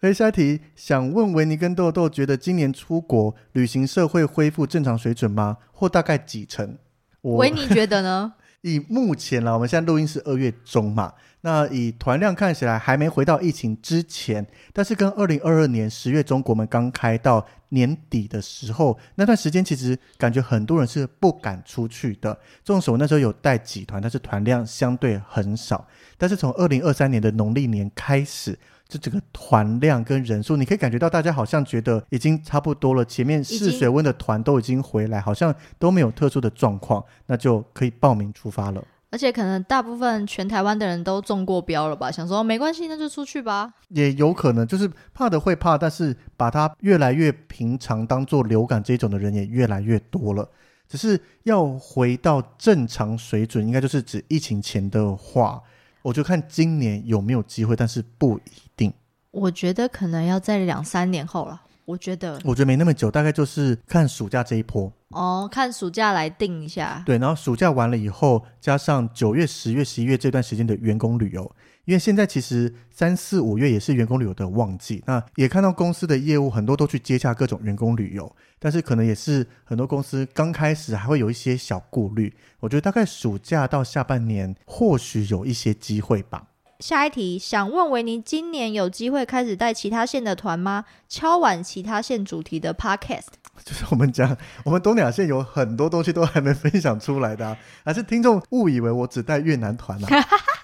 B: 所以下一题，想问维尼跟豆豆，觉得今年出国旅行社会恢复正常水准吗？或大概几成？我
A: 维尼觉得呢？
B: 以目前啦，我们现在录音是二月中嘛，那以团量看起来还没回到疫情之前，但是跟二零二二年十月中国门刚开到年底的时候，那段时间其实感觉很多人是不敢出去的。纵使我那时候有带几团，但是团量相对很少。但是从二零二三年的农历年开始。这整个团量跟人数，你可以感觉到大家好像觉得已经差不多了。前面
A: 经
B: 试水温的团都已经回来，好像都没有特殊的状况，那就可以报名出发了。
A: 而且可能大部分全台湾的人都中过标了吧，想说没关系，那就出去吧。
B: 也有可能就是怕的会怕，但是把它越来越平常当做流感这种的人也越来越多了。只是要回到正常水准，应该就是指疫情前的话，我就看今年有没有机会，但是不一定。
A: 我觉得可能要在两三年后了。我觉得
B: 我觉得没那么久，大概就是看暑假这一波。
A: 哦，看暑假来定一下。
B: 对，然后暑假完了以后，加上九月、十月、十一月这段时间的员工旅游，因为现在其实三四五月也是员工旅游的旺季。那也看到公司的业务很多都去接洽各种员工旅游，但是可能也是很多公司刚开始还会有一些小顾虑。我觉得大概暑假到下半年，或许有一些机会吧。
A: 下一题，想问维尼，今年有机会开始带其他县的团吗？敲碗其他县主题的 podcast。
B: 就是我们讲，我们东两县有很多东西都还没分享出来的、啊，还是听众误以为我只带越南团啊。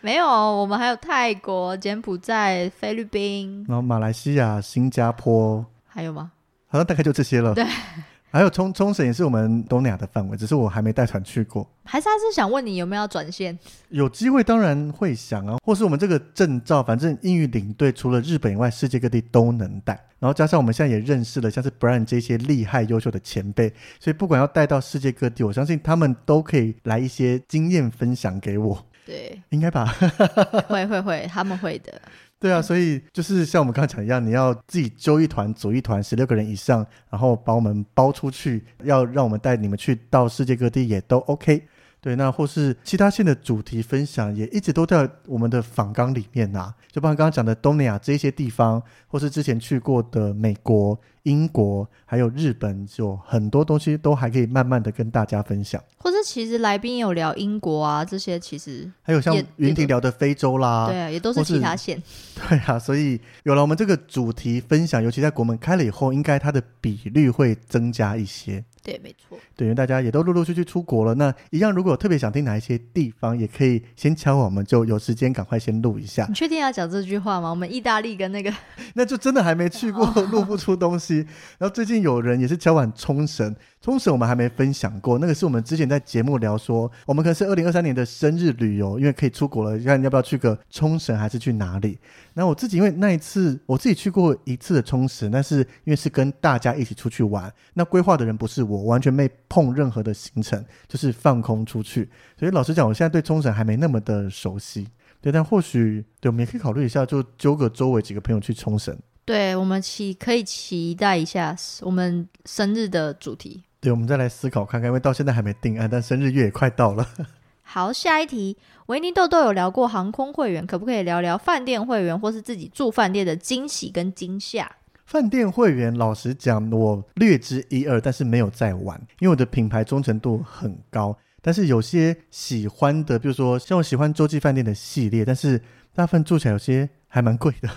A: 没有，哦我们还有泰国、柬埔寨、菲律宾，
B: 然后马来西亚、新加坡，
A: 还有吗？
B: 好像大概就这些了。
A: 对，
B: 还有冲冲绳也是我们东南亚的范围，只是我还没带团去过。
A: 还是他是想问你有没有要 转线？
B: 有机会当然会想啊，或是我们这个证照，反正英语领队除了日本以外，世界各地都能带。然后加上我们现在也认识了像是 Brian 这些厉害优秀的前辈，所以不管要带到世界各地，我相信他们都可以来一些经验分享给我，
A: 对，
B: 应该吧？
A: 会会会，他们会的。
B: 对
A: 嗯
B: 啊，所以就是像我们刚才讲一样，你要自己揪一团、组一团，十六个人以上，然后把我们包出去，要让我们带你们去到世界各地也都 OK。对，那或是其他线的主题分享也一直都在我们的访纲里面呐、就包括刚刚讲的东南亚这些地方，或是之前去过的美国、英国，还有日本，就很多东西都还可以慢慢的跟大家分享。
A: 或者其实来宾有聊英国啊，这些其实、
B: 还有像
A: 也
B: 云婷聊的非洲啦，
A: 对啊，也都是
B: 或是
A: 其他县。
B: 对啊，所以有了我们这个主题分享，尤其在国门开了以后，应该它的比率会增加一些。
A: 对，没错。
B: 对，因为大家也都陆陆续续出国了，那一样如果有特别想听哪一些地方，也可以先敲我们，就有时间赶快先录一下。
A: 你确定要讲这句话吗？我们意大利跟那个
B: 那就真的还没去过，录不出东西。然后最近有人也是敲碗冲绳，冲绳我们还没分享过，那个是我们之前在节目聊说，我们可能是二零二三年的生日旅游，因为可以出国了，看要不要去个冲绳还是去哪里。那我自己因为那一次我自己去过一次的冲绳，但是因为是跟大家一起出去玩，那规划的人不是我，我完全没碰任何的行程，就是放空出去。所以老实讲，我现在对冲绳还没那么的熟悉。对，但或许对，我们也可以考虑一下，就揪个周围几个朋友去冲绳。
A: 对，我们期可以期待一下我们生日的主题。
B: 对，我们再来思考看看，因为到现在还没定案，但生日月也快到了。
A: 好，下一题，维尼豆豆有聊过航空会员，可不可以聊聊饭店会员或是自己住饭店的惊喜跟惊吓？
B: 饭店会员，老实讲，我略知一二，但是没有在玩，因为我的品牌忠诚度很高。但是有些喜欢的，比如说像我喜欢洲际饭店的系列，但是大部分住起来有些还蛮贵的，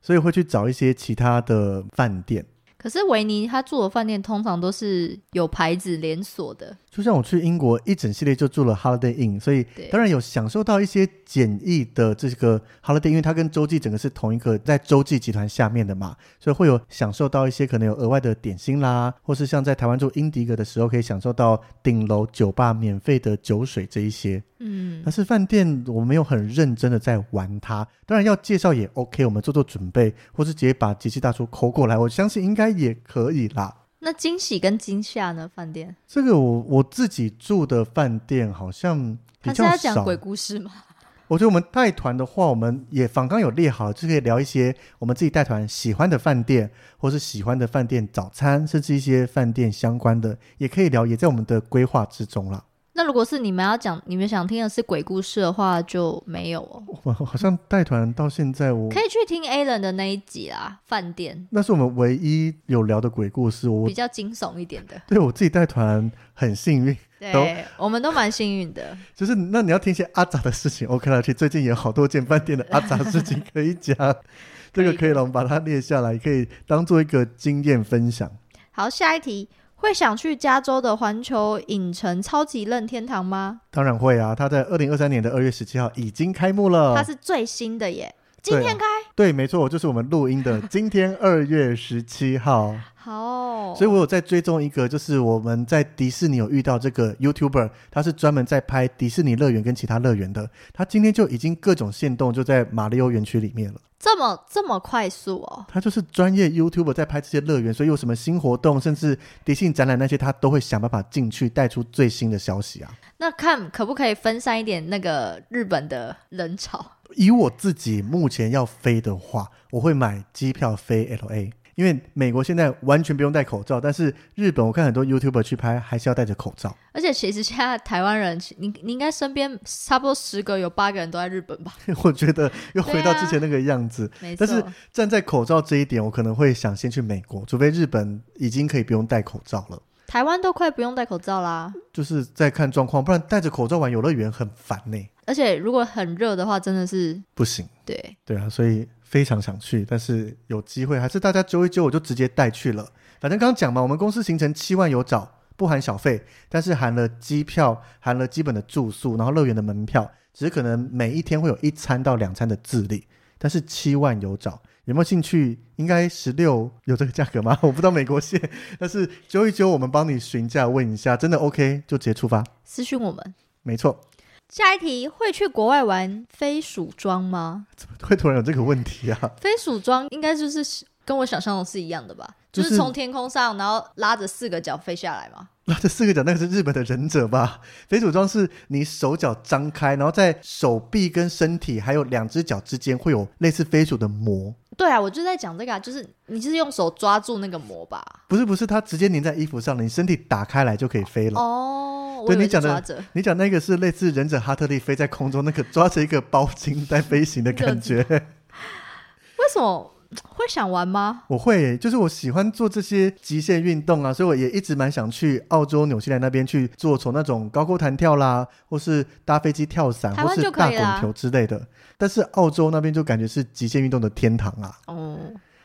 B: 所以会去找一些其他的饭店。
A: 可是维尼他住的饭店通常都是有牌子连锁的，
B: 就像我去英国一整系列就住了 Holiday Inn，所以
A: 对
B: 当然有享受到一些简易的这个 Holiday，因为它跟洲际整个是同一个在洲际集团下面的嘛，所以会有享受到一些可能有额外的点心啦，或是像在台湾住英迪格的时候可以享受到顶楼酒吧免费的酒水这一些。
A: 嗯，
B: 但是饭店我没有很认真的在玩它，当然要介绍也 OK，我们做做准备，或是直接把杰西大叔抠过来，我相信应该也可以啦。
A: 那惊喜跟惊吓呢？饭店
B: 这个我我自己住的饭店好像比
A: 他是
B: 较
A: 在
B: 少
A: 讲。鬼故事吗？
B: 我觉得我们带团的话，我们也访刚有列好，就可以聊一些我们自己带团喜欢的饭店，或是喜欢的饭店早餐，甚至一些饭店相关的，也可以聊，也在我们的规划之中 啦。
A: 那如果是你们要讲，你们想听的是鬼故事的话，就没有哦。
B: 我们好像带团到现在我，
A: 可以去听 Alan 的那一集啦，饭店
B: 那是我们唯一有聊的鬼故事。我
A: 比较惊悚一点的。
B: 对我自己带团很幸运，
A: 对，我们都蛮幸运的。
B: 就是那你要听一些阿杂的事情，OK 了。其实最近有好多间饭店的阿杂事情可以讲， 这个可以了，我们把它列下来，可以当做一个经验分享。
A: 好，下一题，会想去加州的环球影城超级任天堂吗？
B: 当然会啊，它在二零二三年的二月十七号已经开幕
A: 它
B: 了。
A: 是最新的耶，今
B: 对啊
A: 天开。
B: 对，没错，就是我们录音的啊今天二月十七号。
A: 好，哦，
B: 所以我有在追踪一个，就是我们在迪士尼有遇到这个 YouTuber，他是专门在拍迪士尼乐园跟其他乐园的。他今天就已经各种限动就在马里奥园区里面了。
A: 这么这么快速哦，
B: 他就是专业 YouTuber 在拍这些乐园，所以有什么新活动，甚至迪士尼展览那些，他都会想办法进去带出最新的消息啊。
A: 那看可不可以分散一点那个日本的人潮？
B: 以我自己目前要飞的话，我会买机票飞 LA，因为美国现在完全不用戴口罩，但是日本我看很多 YouTuber 去拍还是要戴着口罩。
A: 而且其实现在台湾人，你你应该身边差不多十个有八个人都在日本吧？
B: 我觉得又回到之前那个样子。
A: 没错
B: 但，是站在口罩这一点，我可能会想先去美国，除非日本已经可以不用戴口罩了。
A: 台湾都快不用戴口罩啦。
B: 就是在看状况，不然戴着口罩玩游乐园很烦呢、
A: 而且如果很热的话，真的是
B: 不行，
A: 对
B: 对啊，所以非常想去，但是有机会还是大家揪一揪，我就直接带去了。反正刚刚讲嘛，我们公司行程七万有找，不含小费，但是含了机票，含了基本的住宿，然后乐园的门票，只是可能每一天会有一餐到两餐的自理，但是七万有找。有没有兴趣？应该十六有这个价格吗？我不知道美国线，但是揪一揪，我们帮你询价问一下，真的 OK 就直接出发。
A: 私讯我们。
B: 没错，
A: 下一题，会去国外玩非暑装吗？
B: 会突然有这个问题啊？
A: 非暑装应该就是跟我想象的是一样的吧？
B: 就
A: 就是是从天空上，然后拉着四个脚飞下来嘛。
B: 那 这四个脚，那个是日本的忍者吧？ 非主装是你手脚张开，然后在手臂跟身体还有两只脚之间会有类似飞鼠的膜。
A: 对啊，我就在讲这个、啊，就是你就是用手抓住那个膜吧。
B: 不是不是，它直接粘在衣服上了，你身体打开来就可以飞了。
A: 哦，我
B: 对
A: 以为
B: 你
A: 是
B: 讲的
A: 抓着，
B: 你讲那个是类似忍者哈特利飞在空中那个抓着一个包巾在飞行的感觉，
A: 为什么会想玩吗？
B: 我会耶，就是我喜欢做这些极限运动啊，所以我也一直蛮想去澳洲、纽西兰那边去做，从那种高空弹跳啦，或是搭飞机跳伞，
A: 台湾
B: 或是
A: 就可
B: 大
A: 以
B: 滚
A: 啦
B: 球之类的。但是澳洲那边就感觉是极限运动的天堂啊，
A: 哦，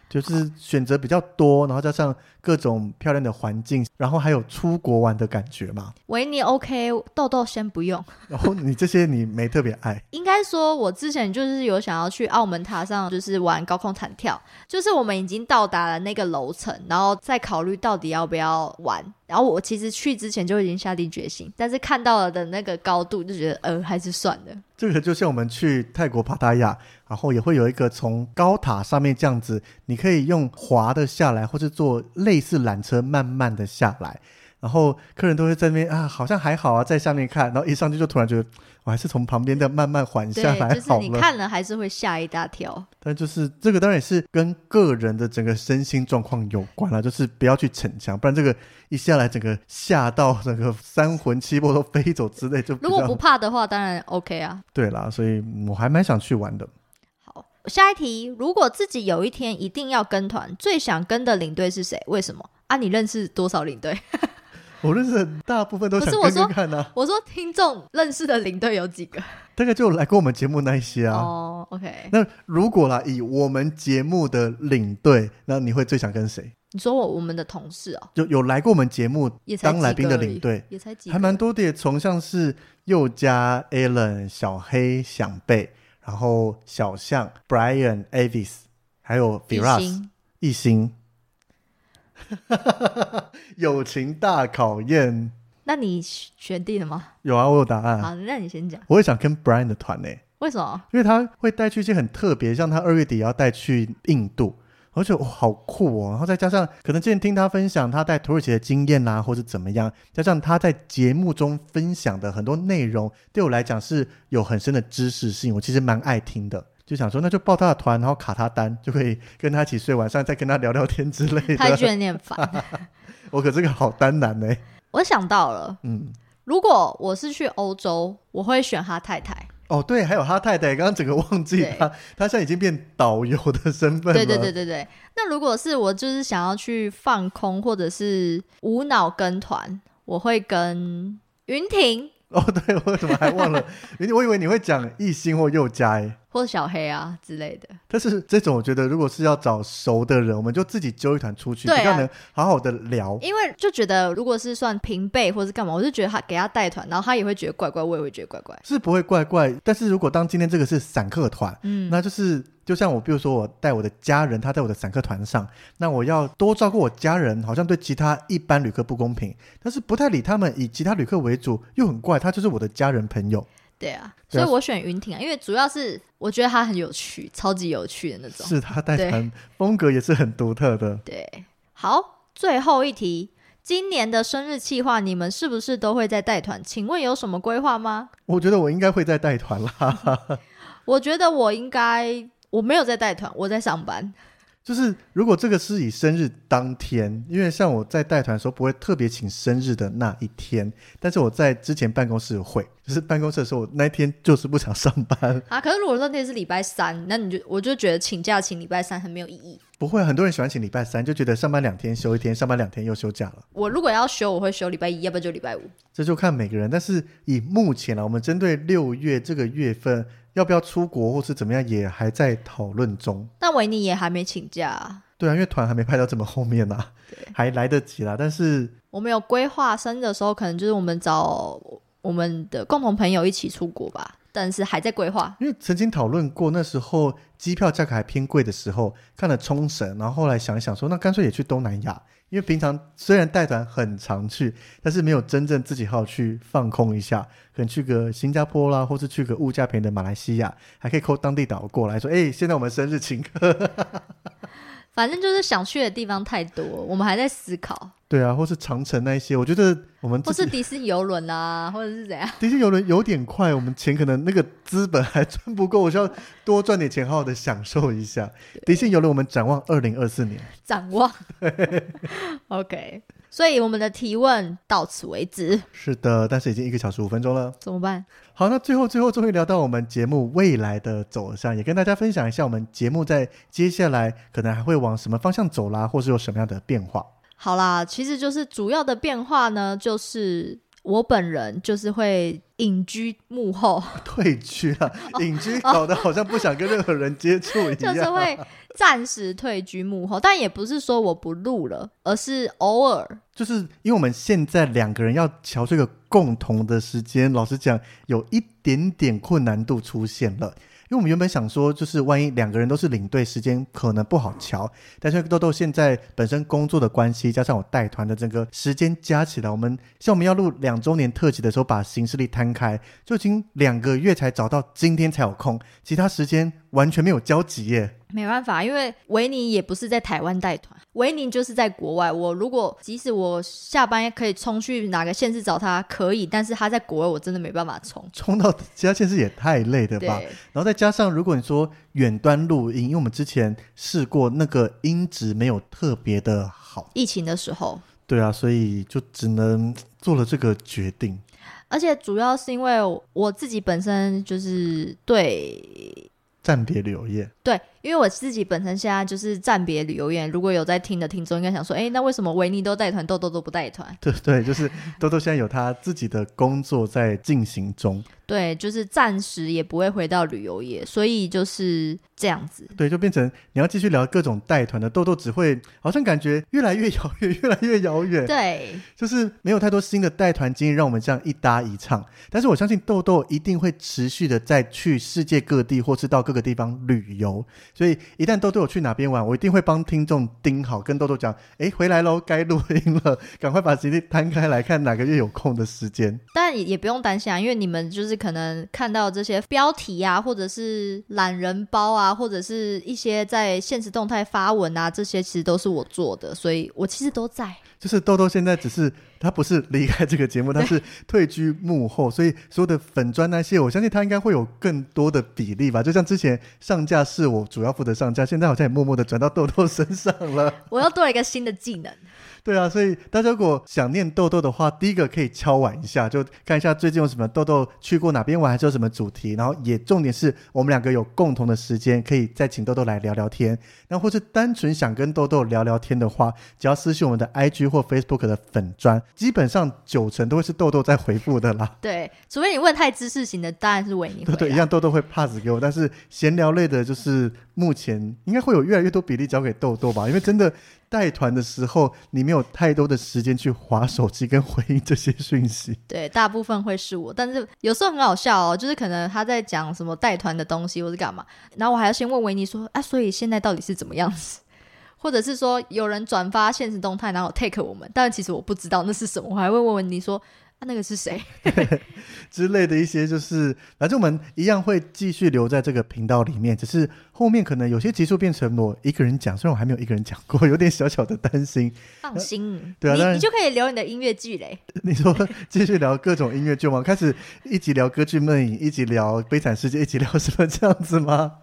B: 就是选择比较多，然后加上各种漂亮的环境，然后还有出国玩的感觉嘛。
A: 维尼 OK，豆豆先不用。
B: 然后你这些你没特别爱，
A: 应该说，我之前就是有想要去澳门塔上，就是玩高空弹跳，就是我们已经到达了那个楼层，然后再考虑到底要不要玩。然后我其实去之前就已经下定决心，但是看到了的那个高度就觉得，呃，还是算了。
B: 这个就像我们去泰国帕塔亚，然后也会有一个从高塔上面这样子，你可以用滑的下来，或是坐类似缆车慢慢的下来。然后客人都会在那边啊，好像还好啊，在下面看，然后一上去就突然觉得，我还是从旁边的慢慢缓
A: 对
B: 下，来
A: 就是
B: 好
A: 你
B: 了。
A: 看了还是会吓一大跳。
B: 但就是这个当然也是跟个人的整个身心状况有关啦，就是不要去逞强，不然这个一下来整个吓到整个三魂七魄都飞走之类，就比
A: 如果
B: 较
A: 不怕的话，当然 OK 啊。
B: 对啦。所以嗯我还蛮想去玩的。
A: 好，下一题，如果自己有一天一定要跟团，最想跟的领队是谁？为什么？啊，你认识多少领队？
B: 我认识的大部分都想
A: 不
B: 跟
A: 是我说
B: 跟看呐、啊
A: 我说听众认识的领队有几个？
B: 大概就来过我们节目那一些啊。
A: 哦，OK，
B: 那如果啦，以我们节目的领队，那你会最想跟谁？
A: 你说我我们的同事哦，
B: 就有来过我们节目
A: 也才
B: 当来
A: 几
B: 宾
A: 个
B: 的
A: 而已
B: 领队，
A: 也才几个，
B: 还蛮多的耶，从像是佑嘉、Alan、小黑、响贝，然后小象、Brian、Avis，还有
A: 比
B: Firas、
A: 心
B: 一心。 友情大考验，
A: 那你选定了吗？
B: 有啊，我有答案。
A: 好，那你先讲，
B: 我也想跟 Brian 的团呢、
A: 为什么？
B: 因为他会带去一些很特别，像他二月底要带去印度，我就觉得哇、好酷哦。然后再加上可能之前听他分享他在土耳其的经验啦、或者怎么样，加上他在节目中分享的很多内容，对我来讲是有很深的知识性，我其实蛮爱听的。就想说，那就报他的团，然后卡他单，就可以跟他一起睡，晚上再跟他聊聊天之类
A: 他觉
B: 的。
A: 得你很烦。
B: 我可这个好单男欸呢、
A: 我想到了，
B: 嗯，
A: 如果我是去欧洲，我会选哈太太。
B: 哦对，还有他太太，刚刚整个忘记他，他现在已经变导游的身份了。
A: 对对对对对。那如果是我就是想要去放空或者是无脑跟团，我会跟云婷
B: 哦，对，我怎么还忘了？我以为你会讲一星或佑嘉诶，
A: 或小黑啊之类的。
B: 但是这种我觉得，如果是要找熟的人，我们就自己揪一团出去，
A: 对啊
B: 比较能好好的聊。
A: 因为就觉得如果是算平辈或是干嘛，我就觉得他给他带团，然后他也会觉得怪怪，我也会觉得怪怪。
B: 是不会怪怪，但是如果当今天这个是散客团，
A: 嗯，
B: 那就是就像我，比如说我带我的家人，他在我的散客团上，那我要多照顾我家人，好像对其他一般旅客不公平，但是不太理他们，以其他旅客为主又很怪，他就是我的家人朋友，
A: 对啊，
B: 对
A: 所
B: 啊
A: 以我选云挺啊，因为主要是我觉得他很有趣，超级有趣的那种。
B: 是他带团风格也是很独特的。
A: 对，好，最后一题，今年的生日计划你们是不是都会在带团？请问有什么规划吗？
B: 我觉得我应该会再带团啦，
A: 我觉得我应该我没有在带团，我在上班。
B: 就是如果这个是以生日当天，因为像我在带团的时候不会特别请生日的那一天，但是我在之前办公室会， 就是办公室的时候，我那一天就是不想上班。
A: 啊，可是如果那天是礼拜三，那你就我就觉得请假请礼拜三很没有意义。
B: 不会，很多人喜欢请礼拜三，就觉得上班两天休一天，上班两天又休假了。
A: 我如果要休，我会休礼拜一，要不然就礼拜五。
B: 这就看每个人。但是以目前呢，我们针对六月这个月份要不要出国或是怎么样，也还在讨论中。
A: 但维尼也还没请假啊、
B: 对啊，因为团还没拍到这么后面呢、啊，还来得及啦。但是
A: 我们有规划生日的时候，可能就是我们找我们的共同朋友一起出国吧，但是还在规划。
B: 因为曾经讨论过，那时候机票价格还偏贵的时候，看了冲绳，然后后来想一想说，那干脆也去东南亚。因为平常虽然带团很常去，但是没有真正自己好好去放空一下，可能去个新加坡啦，或是去个物价便宜的马来西亚，还可以扣当地导游过来说，哎、现在我们生日请客，
A: 反正就是想去的地方太多，我们还在思考，
B: 对啊，或是长城那一些，我觉得我们
A: 或
B: 自
A: 是
B: 己
A: 迪士尼游轮啊，或者是怎样。
B: 的确游轮有点快，我们钱可能那个资本还赚不够，我需要多赚点钱，好好的享受一下。的确游轮，我们展望二零二四年。
A: 展望。OK，所以我们的提问到此为止，
B: 是的，但是已经一个小时五分钟了。
A: 怎么办？
B: 好，那最后最后终于聊到我们节目未来的走向，也跟大家分享一下我们节目在接下来可能还会往什么方向走啦，或是有什么样的变化。
A: 好啦，其实就是主要的变化呢，就是我本人就是会隐居幕后，
B: 退居啊，隐居搞得好像不想跟任何人接触 一
A: 就
B: 样。
A: 是会暂时退居幕后，但也不是说我不录了，而是偶尔
B: 就是因为我们现在两个人要瞧这个共同的时间，老实讲，有一点点困难度出现了。因为我们原本想说，就是万一两个人都是领队，时间可能不好瞧。但是豆豆现在本身工作的关系，加上我带团的整个时间加起来，我们像我们要录两周年特辑的时候，把行事历摊开，就已经两个月才找到今天才有空，其他时间完全没有交集耶。
A: 没办法，因为维尼也不是在台湾带团，维尼就是在国外。我如果即使我下班可以冲去哪个县市找他，可以，但是他在国外，我真的没办法冲。
B: 冲到 其他县市也太累了吧？
A: 对，
B: 然后再加上，如果你说远端录音，因为我们之前试过那个音质没有特别的好，
A: 疫情的时候，
B: 对啊，所以就只能做了这个决定。
A: 而且主要是因为我自己本身就是对
B: 暂别旅游业，
A: 对，因为我自己本身现在就是暂别旅游业，如果有在听的听众，应该想说，哎，那为什么维尼都带团，豆豆都不带团？
B: 对对，就是豆豆现在有他自己的工作在进行中，
A: 对，就是暂时也不会回到旅游业，所以就是这样子。
B: 对，就变成你要继续聊各种带团的豆豆，只会好像感觉越来越遥远，越来越遥远。
A: 对，
B: 就是没有太多新的带团经验，让我们这样一搭一唱。但是我相信豆豆一定会持续的再去世界各地，或是到各个地方旅游。所以一旦豆豆有去哪边玩，我一定会帮听众盯好，跟豆豆讲：诶，回来喽，该录音了，赶快把行李摊开来看哪个月有空的时间。
A: 但也也不用担心啊，因为你们就是可能看到这些标题啊，或者是懒人包啊，或者是一些在现实动态发文啊，这些其实都是我做的，所以我其实都在。
B: 就是豆豆现在只是他不是离开这个节目，他是退居幕后，所以所有的粉砖那些，我相信他应该会有更多的比例吧。就像之前上架是我主要负责上架，现在好像也默默的转到豆豆身上了。
A: 我又多了一个新的技能，
B: 对啊，所以大家如果想念豆豆的话，第一个可以敲碗一下，就看一下最近有什么豆豆去过哪边玩，还是有什么主题。然后也重点是我们两个有共同的时间，可以再请豆豆来聊聊天。然后或是单纯想跟豆豆聊聊天的话，只要私信我们的 IG 或 Facebook 的粉砖，基本上九成都会是豆豆在回复的啦。
A: 对，除非你问太知识型的，当然是维尼啊回
B: 对
A: 啦。
B: 对，一样豆豆会 pass 给我，但是闲聊类的，就是目前应该会有越来越多比例交给豆豆吧，因为真的带团的时候，你没有太多的时间去划手机跟回应这些讯息。
A: 对，大部分会是我，但是有时候很好笑哦，就是可能他在讲什么带团的东西或是干嘛，然后我还要先问维尼说啊，所以现在到底是怎么样子？ 或者是说有人转发现实动态，然后 take 我们，但其实我不知道那是什么，我还会问维尼说啊，那个是谁？
B: 之类的一些，就是反正我们一样会继续留在这个频道里面，只是后面可能有些集数变成我一个人讲，虽然我还没有一个人讲过，有点小小的担心。
A: 放心，
B: 对啊当
A: 你
B: 然
A: 你就可以留你的音乐剧嘞。
B: 你说继续聊各种音乐剧吗？开始一起聊歌剧《魅影》，一起聊《 悲惨世界》，一起聊什么这样子吗？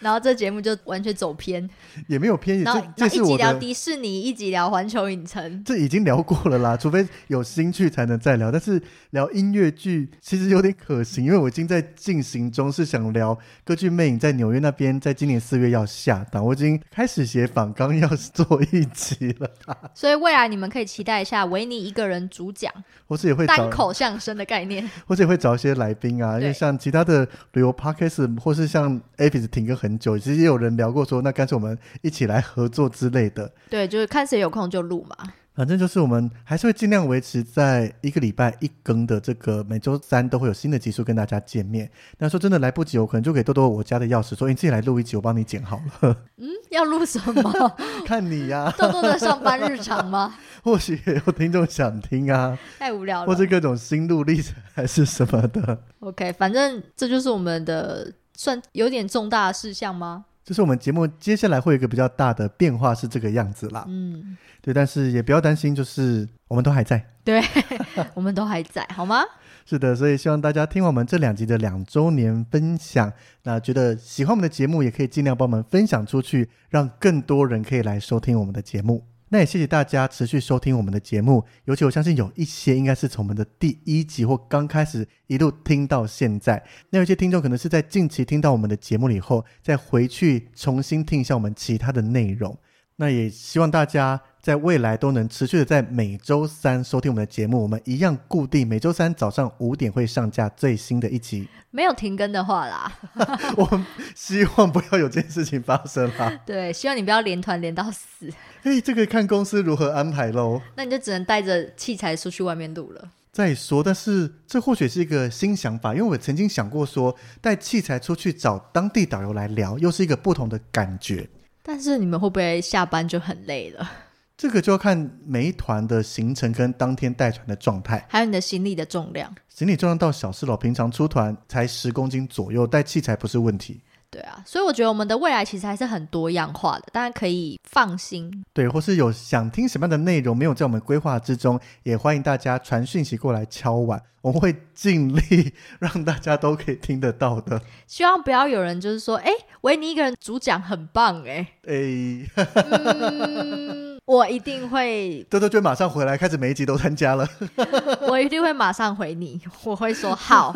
A: 然后这节目就完全走偏，
B: 也没有偏移，
A: 然后
B: 这
A: 然
B: 这
A: 后一
B: 是
A: 集
B: 我
A: 聊
B: 的。
A: 迪士尼，一集聊环球影城，
B: 这已经聊过了啦，除 非有兴趣才能再聊。但是聊音乐剧其实有点可行，因为我已经在进行中，是想聊歌剧《魅影》在纽约那边，在今年四月要下档，我已经开始写访纲要做一集了，
A: 所以未来你们可以期待一下维尼一个人主讲
B: 或是也会
A: 单
B: 找，
A: 口相声的概念。
B: 或是也会找一些来宾啊，因为
A: 对
B: 像其他的旅游 podcast 或是像 Avis 停更很久，其实也有人聊过说，那干脆我们一起来合作之类的。
A: 对，就是看谁有空就录嘛。
B: 反正就是我们还是会尽量维持在一个礼拜一更的这个，每周三都会有新的集数跟大家见面。那说真的来不及，我可能就给豆豆我家的钥匙，说哎你自己来录一集，我帮你剪好了，
A: 要录什 么？
B: 看你呀、
A: 豆豆的上班日常吗？
B: 或许也有听众想听啊，
A: 太无聊
B: 或
A: 了
B: 是。各种心路历程还是什么的，
A: OK，反正这就是我们的算有点重大的事项吗？
B: 就是我们节目接下来会有一个比较大的变化是这个样子啦。
A: 嗯，
B: 对，但是也不要担心，就是我们都还在。
A: 我们都还在，好吗？
B: 是的，所以希望大家听完我们这两集的两周年分享，那觉得喜欢我们的节目，也可以尽量帮我们分享出去，让更多人可以来收听我们的节目。那也谢谢大家持续收听我们的节目，尤其我相信有一些应该是从我们的第一集或刚开始一路听到现在。那有些听众可能是在近期听到我们的节目了以后，再回去重新听一下我们其他的内容。那也希望大家在未来都能持续的在每周三收听我们的节目，我们一样固定每周三早上五点会上架最新的一集。
A: 没有停更的话啦，
B: 我们希望不要有这件事情发生 啦。
A: 对，希望你不要连团连到死，
B: 嘿，哎这个看公司如何安排喽。
A: 那你就只能带着器材出去外面录了。
B: 再说，但是这或许是一个新想法，因为我曾经想过说，带器材出去找当地导游来聊，又是一个不同的感觉。
A: 但是你们会不会下班就很累了？
B: 这个就要看每一团的行程跟当天带团的状态。
A: 还有你的行李的重量，
B: 行李重量到小四楼，平常出团才十公斤左右，带器材不是问题。
A: 对啊，所以我觉得我们的未来其实还是很多样化的，大家可以放心。
B: 对，或是有想听什么样的内容没有在我们规划之中，也欢迎大家传讯息过来敲碗，我们会尽力让大家都可以听得到的。
A: 希望不要有人就是说，哎，维尼一个人主讲很棒、诶。哎。
B: 诶，
A: 嗯，我一定 会，
B: 豆豆就马上回来，开始每一集都参加了。
A: 我一定会马上回你，我会说好，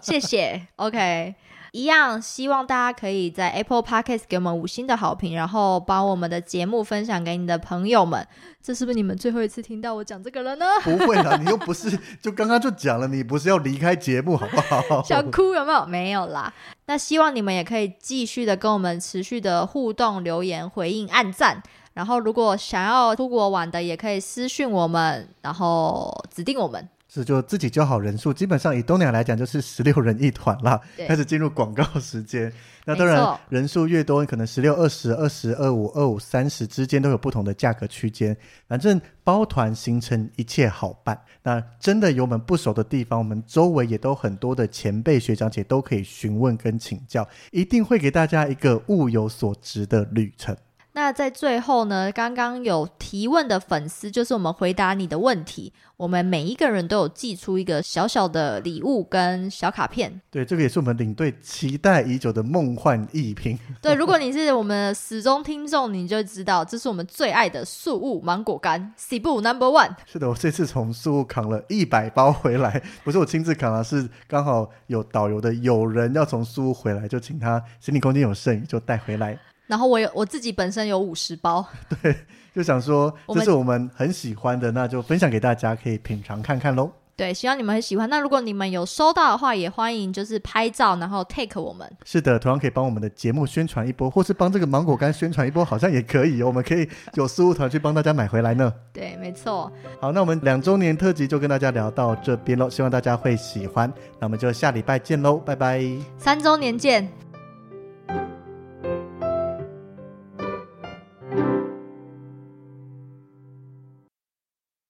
A: 谢谢，OK。一样，希望大家可以在 Apple Podcast 给我们五星的好评，然后把我们的节目分享给你的朋友们。这是不是你们最后一次听到我讲这个了呢？
B: 不会啦，你又不是就刚刚就讲了，你不是要离开节目好不好？
A: 想哭有没有？没有啦。那希望你们也可以继续的跟我们持续的互动、留言、回应、按赞。然后，如果想要出国玩的，也可以私讯我们，然后指定我们。
B: 是就自己就好人数，基本上以东南亚来讲就是十六人一团啦
A: 对。
B: 开始进入广告时间，那
A: 没
B: 当然
A: 错
B: 人数越多，可能十六、二十二、十二五、二五、三十之间都有不同的价格区间。反正包团行程一切好办。那真的有我们不熟的地方，我们周围也都很多的前辈学长姐都可以询问跟请教，一定会给大家一个物有所值的旅程。
A: 那在最后呢，刚刚有提问的粉丝，就是我们回答你的问题，我们每一个人都有寄出一个小小的礼物跟小卡 片。
B: 对，这个也是我们领队期待已久的梦幻一品。
A: 对，如果你是我们的始终听众，你就知道这是我们最爱的素物芒果干西部 Number One。
B: 是的，我这次从苏武扛了一百包回来，不是我亲自扛啊，是刚好有导游的友人要从苏武回来，就请他行李空间有剩余就带回来，
A: 然后我有我自己本身有五十包，
B: 就想说
A: 我
B: 这
A: 们
B: 是我们很喜欢的，那就分享给大家，可以品尝看看喽。
A: 对，希望你们很喜欢。那如果你们有收到的话，也欢迎就是拍照，然后 take 我们。
B: 是的，同样可以帮我们的节目宣传一波，或是帮这个芒果干宣传一波，好像也可以哦。我们可以有苏武团去帮大家买回来呢。
A: 对，没错，
B: 好，那我们两周年特辑就跟大家聊到这边喽，希望大家会喜欢。那我们就下礼拜见喽，拜拜。
A: 三周年见。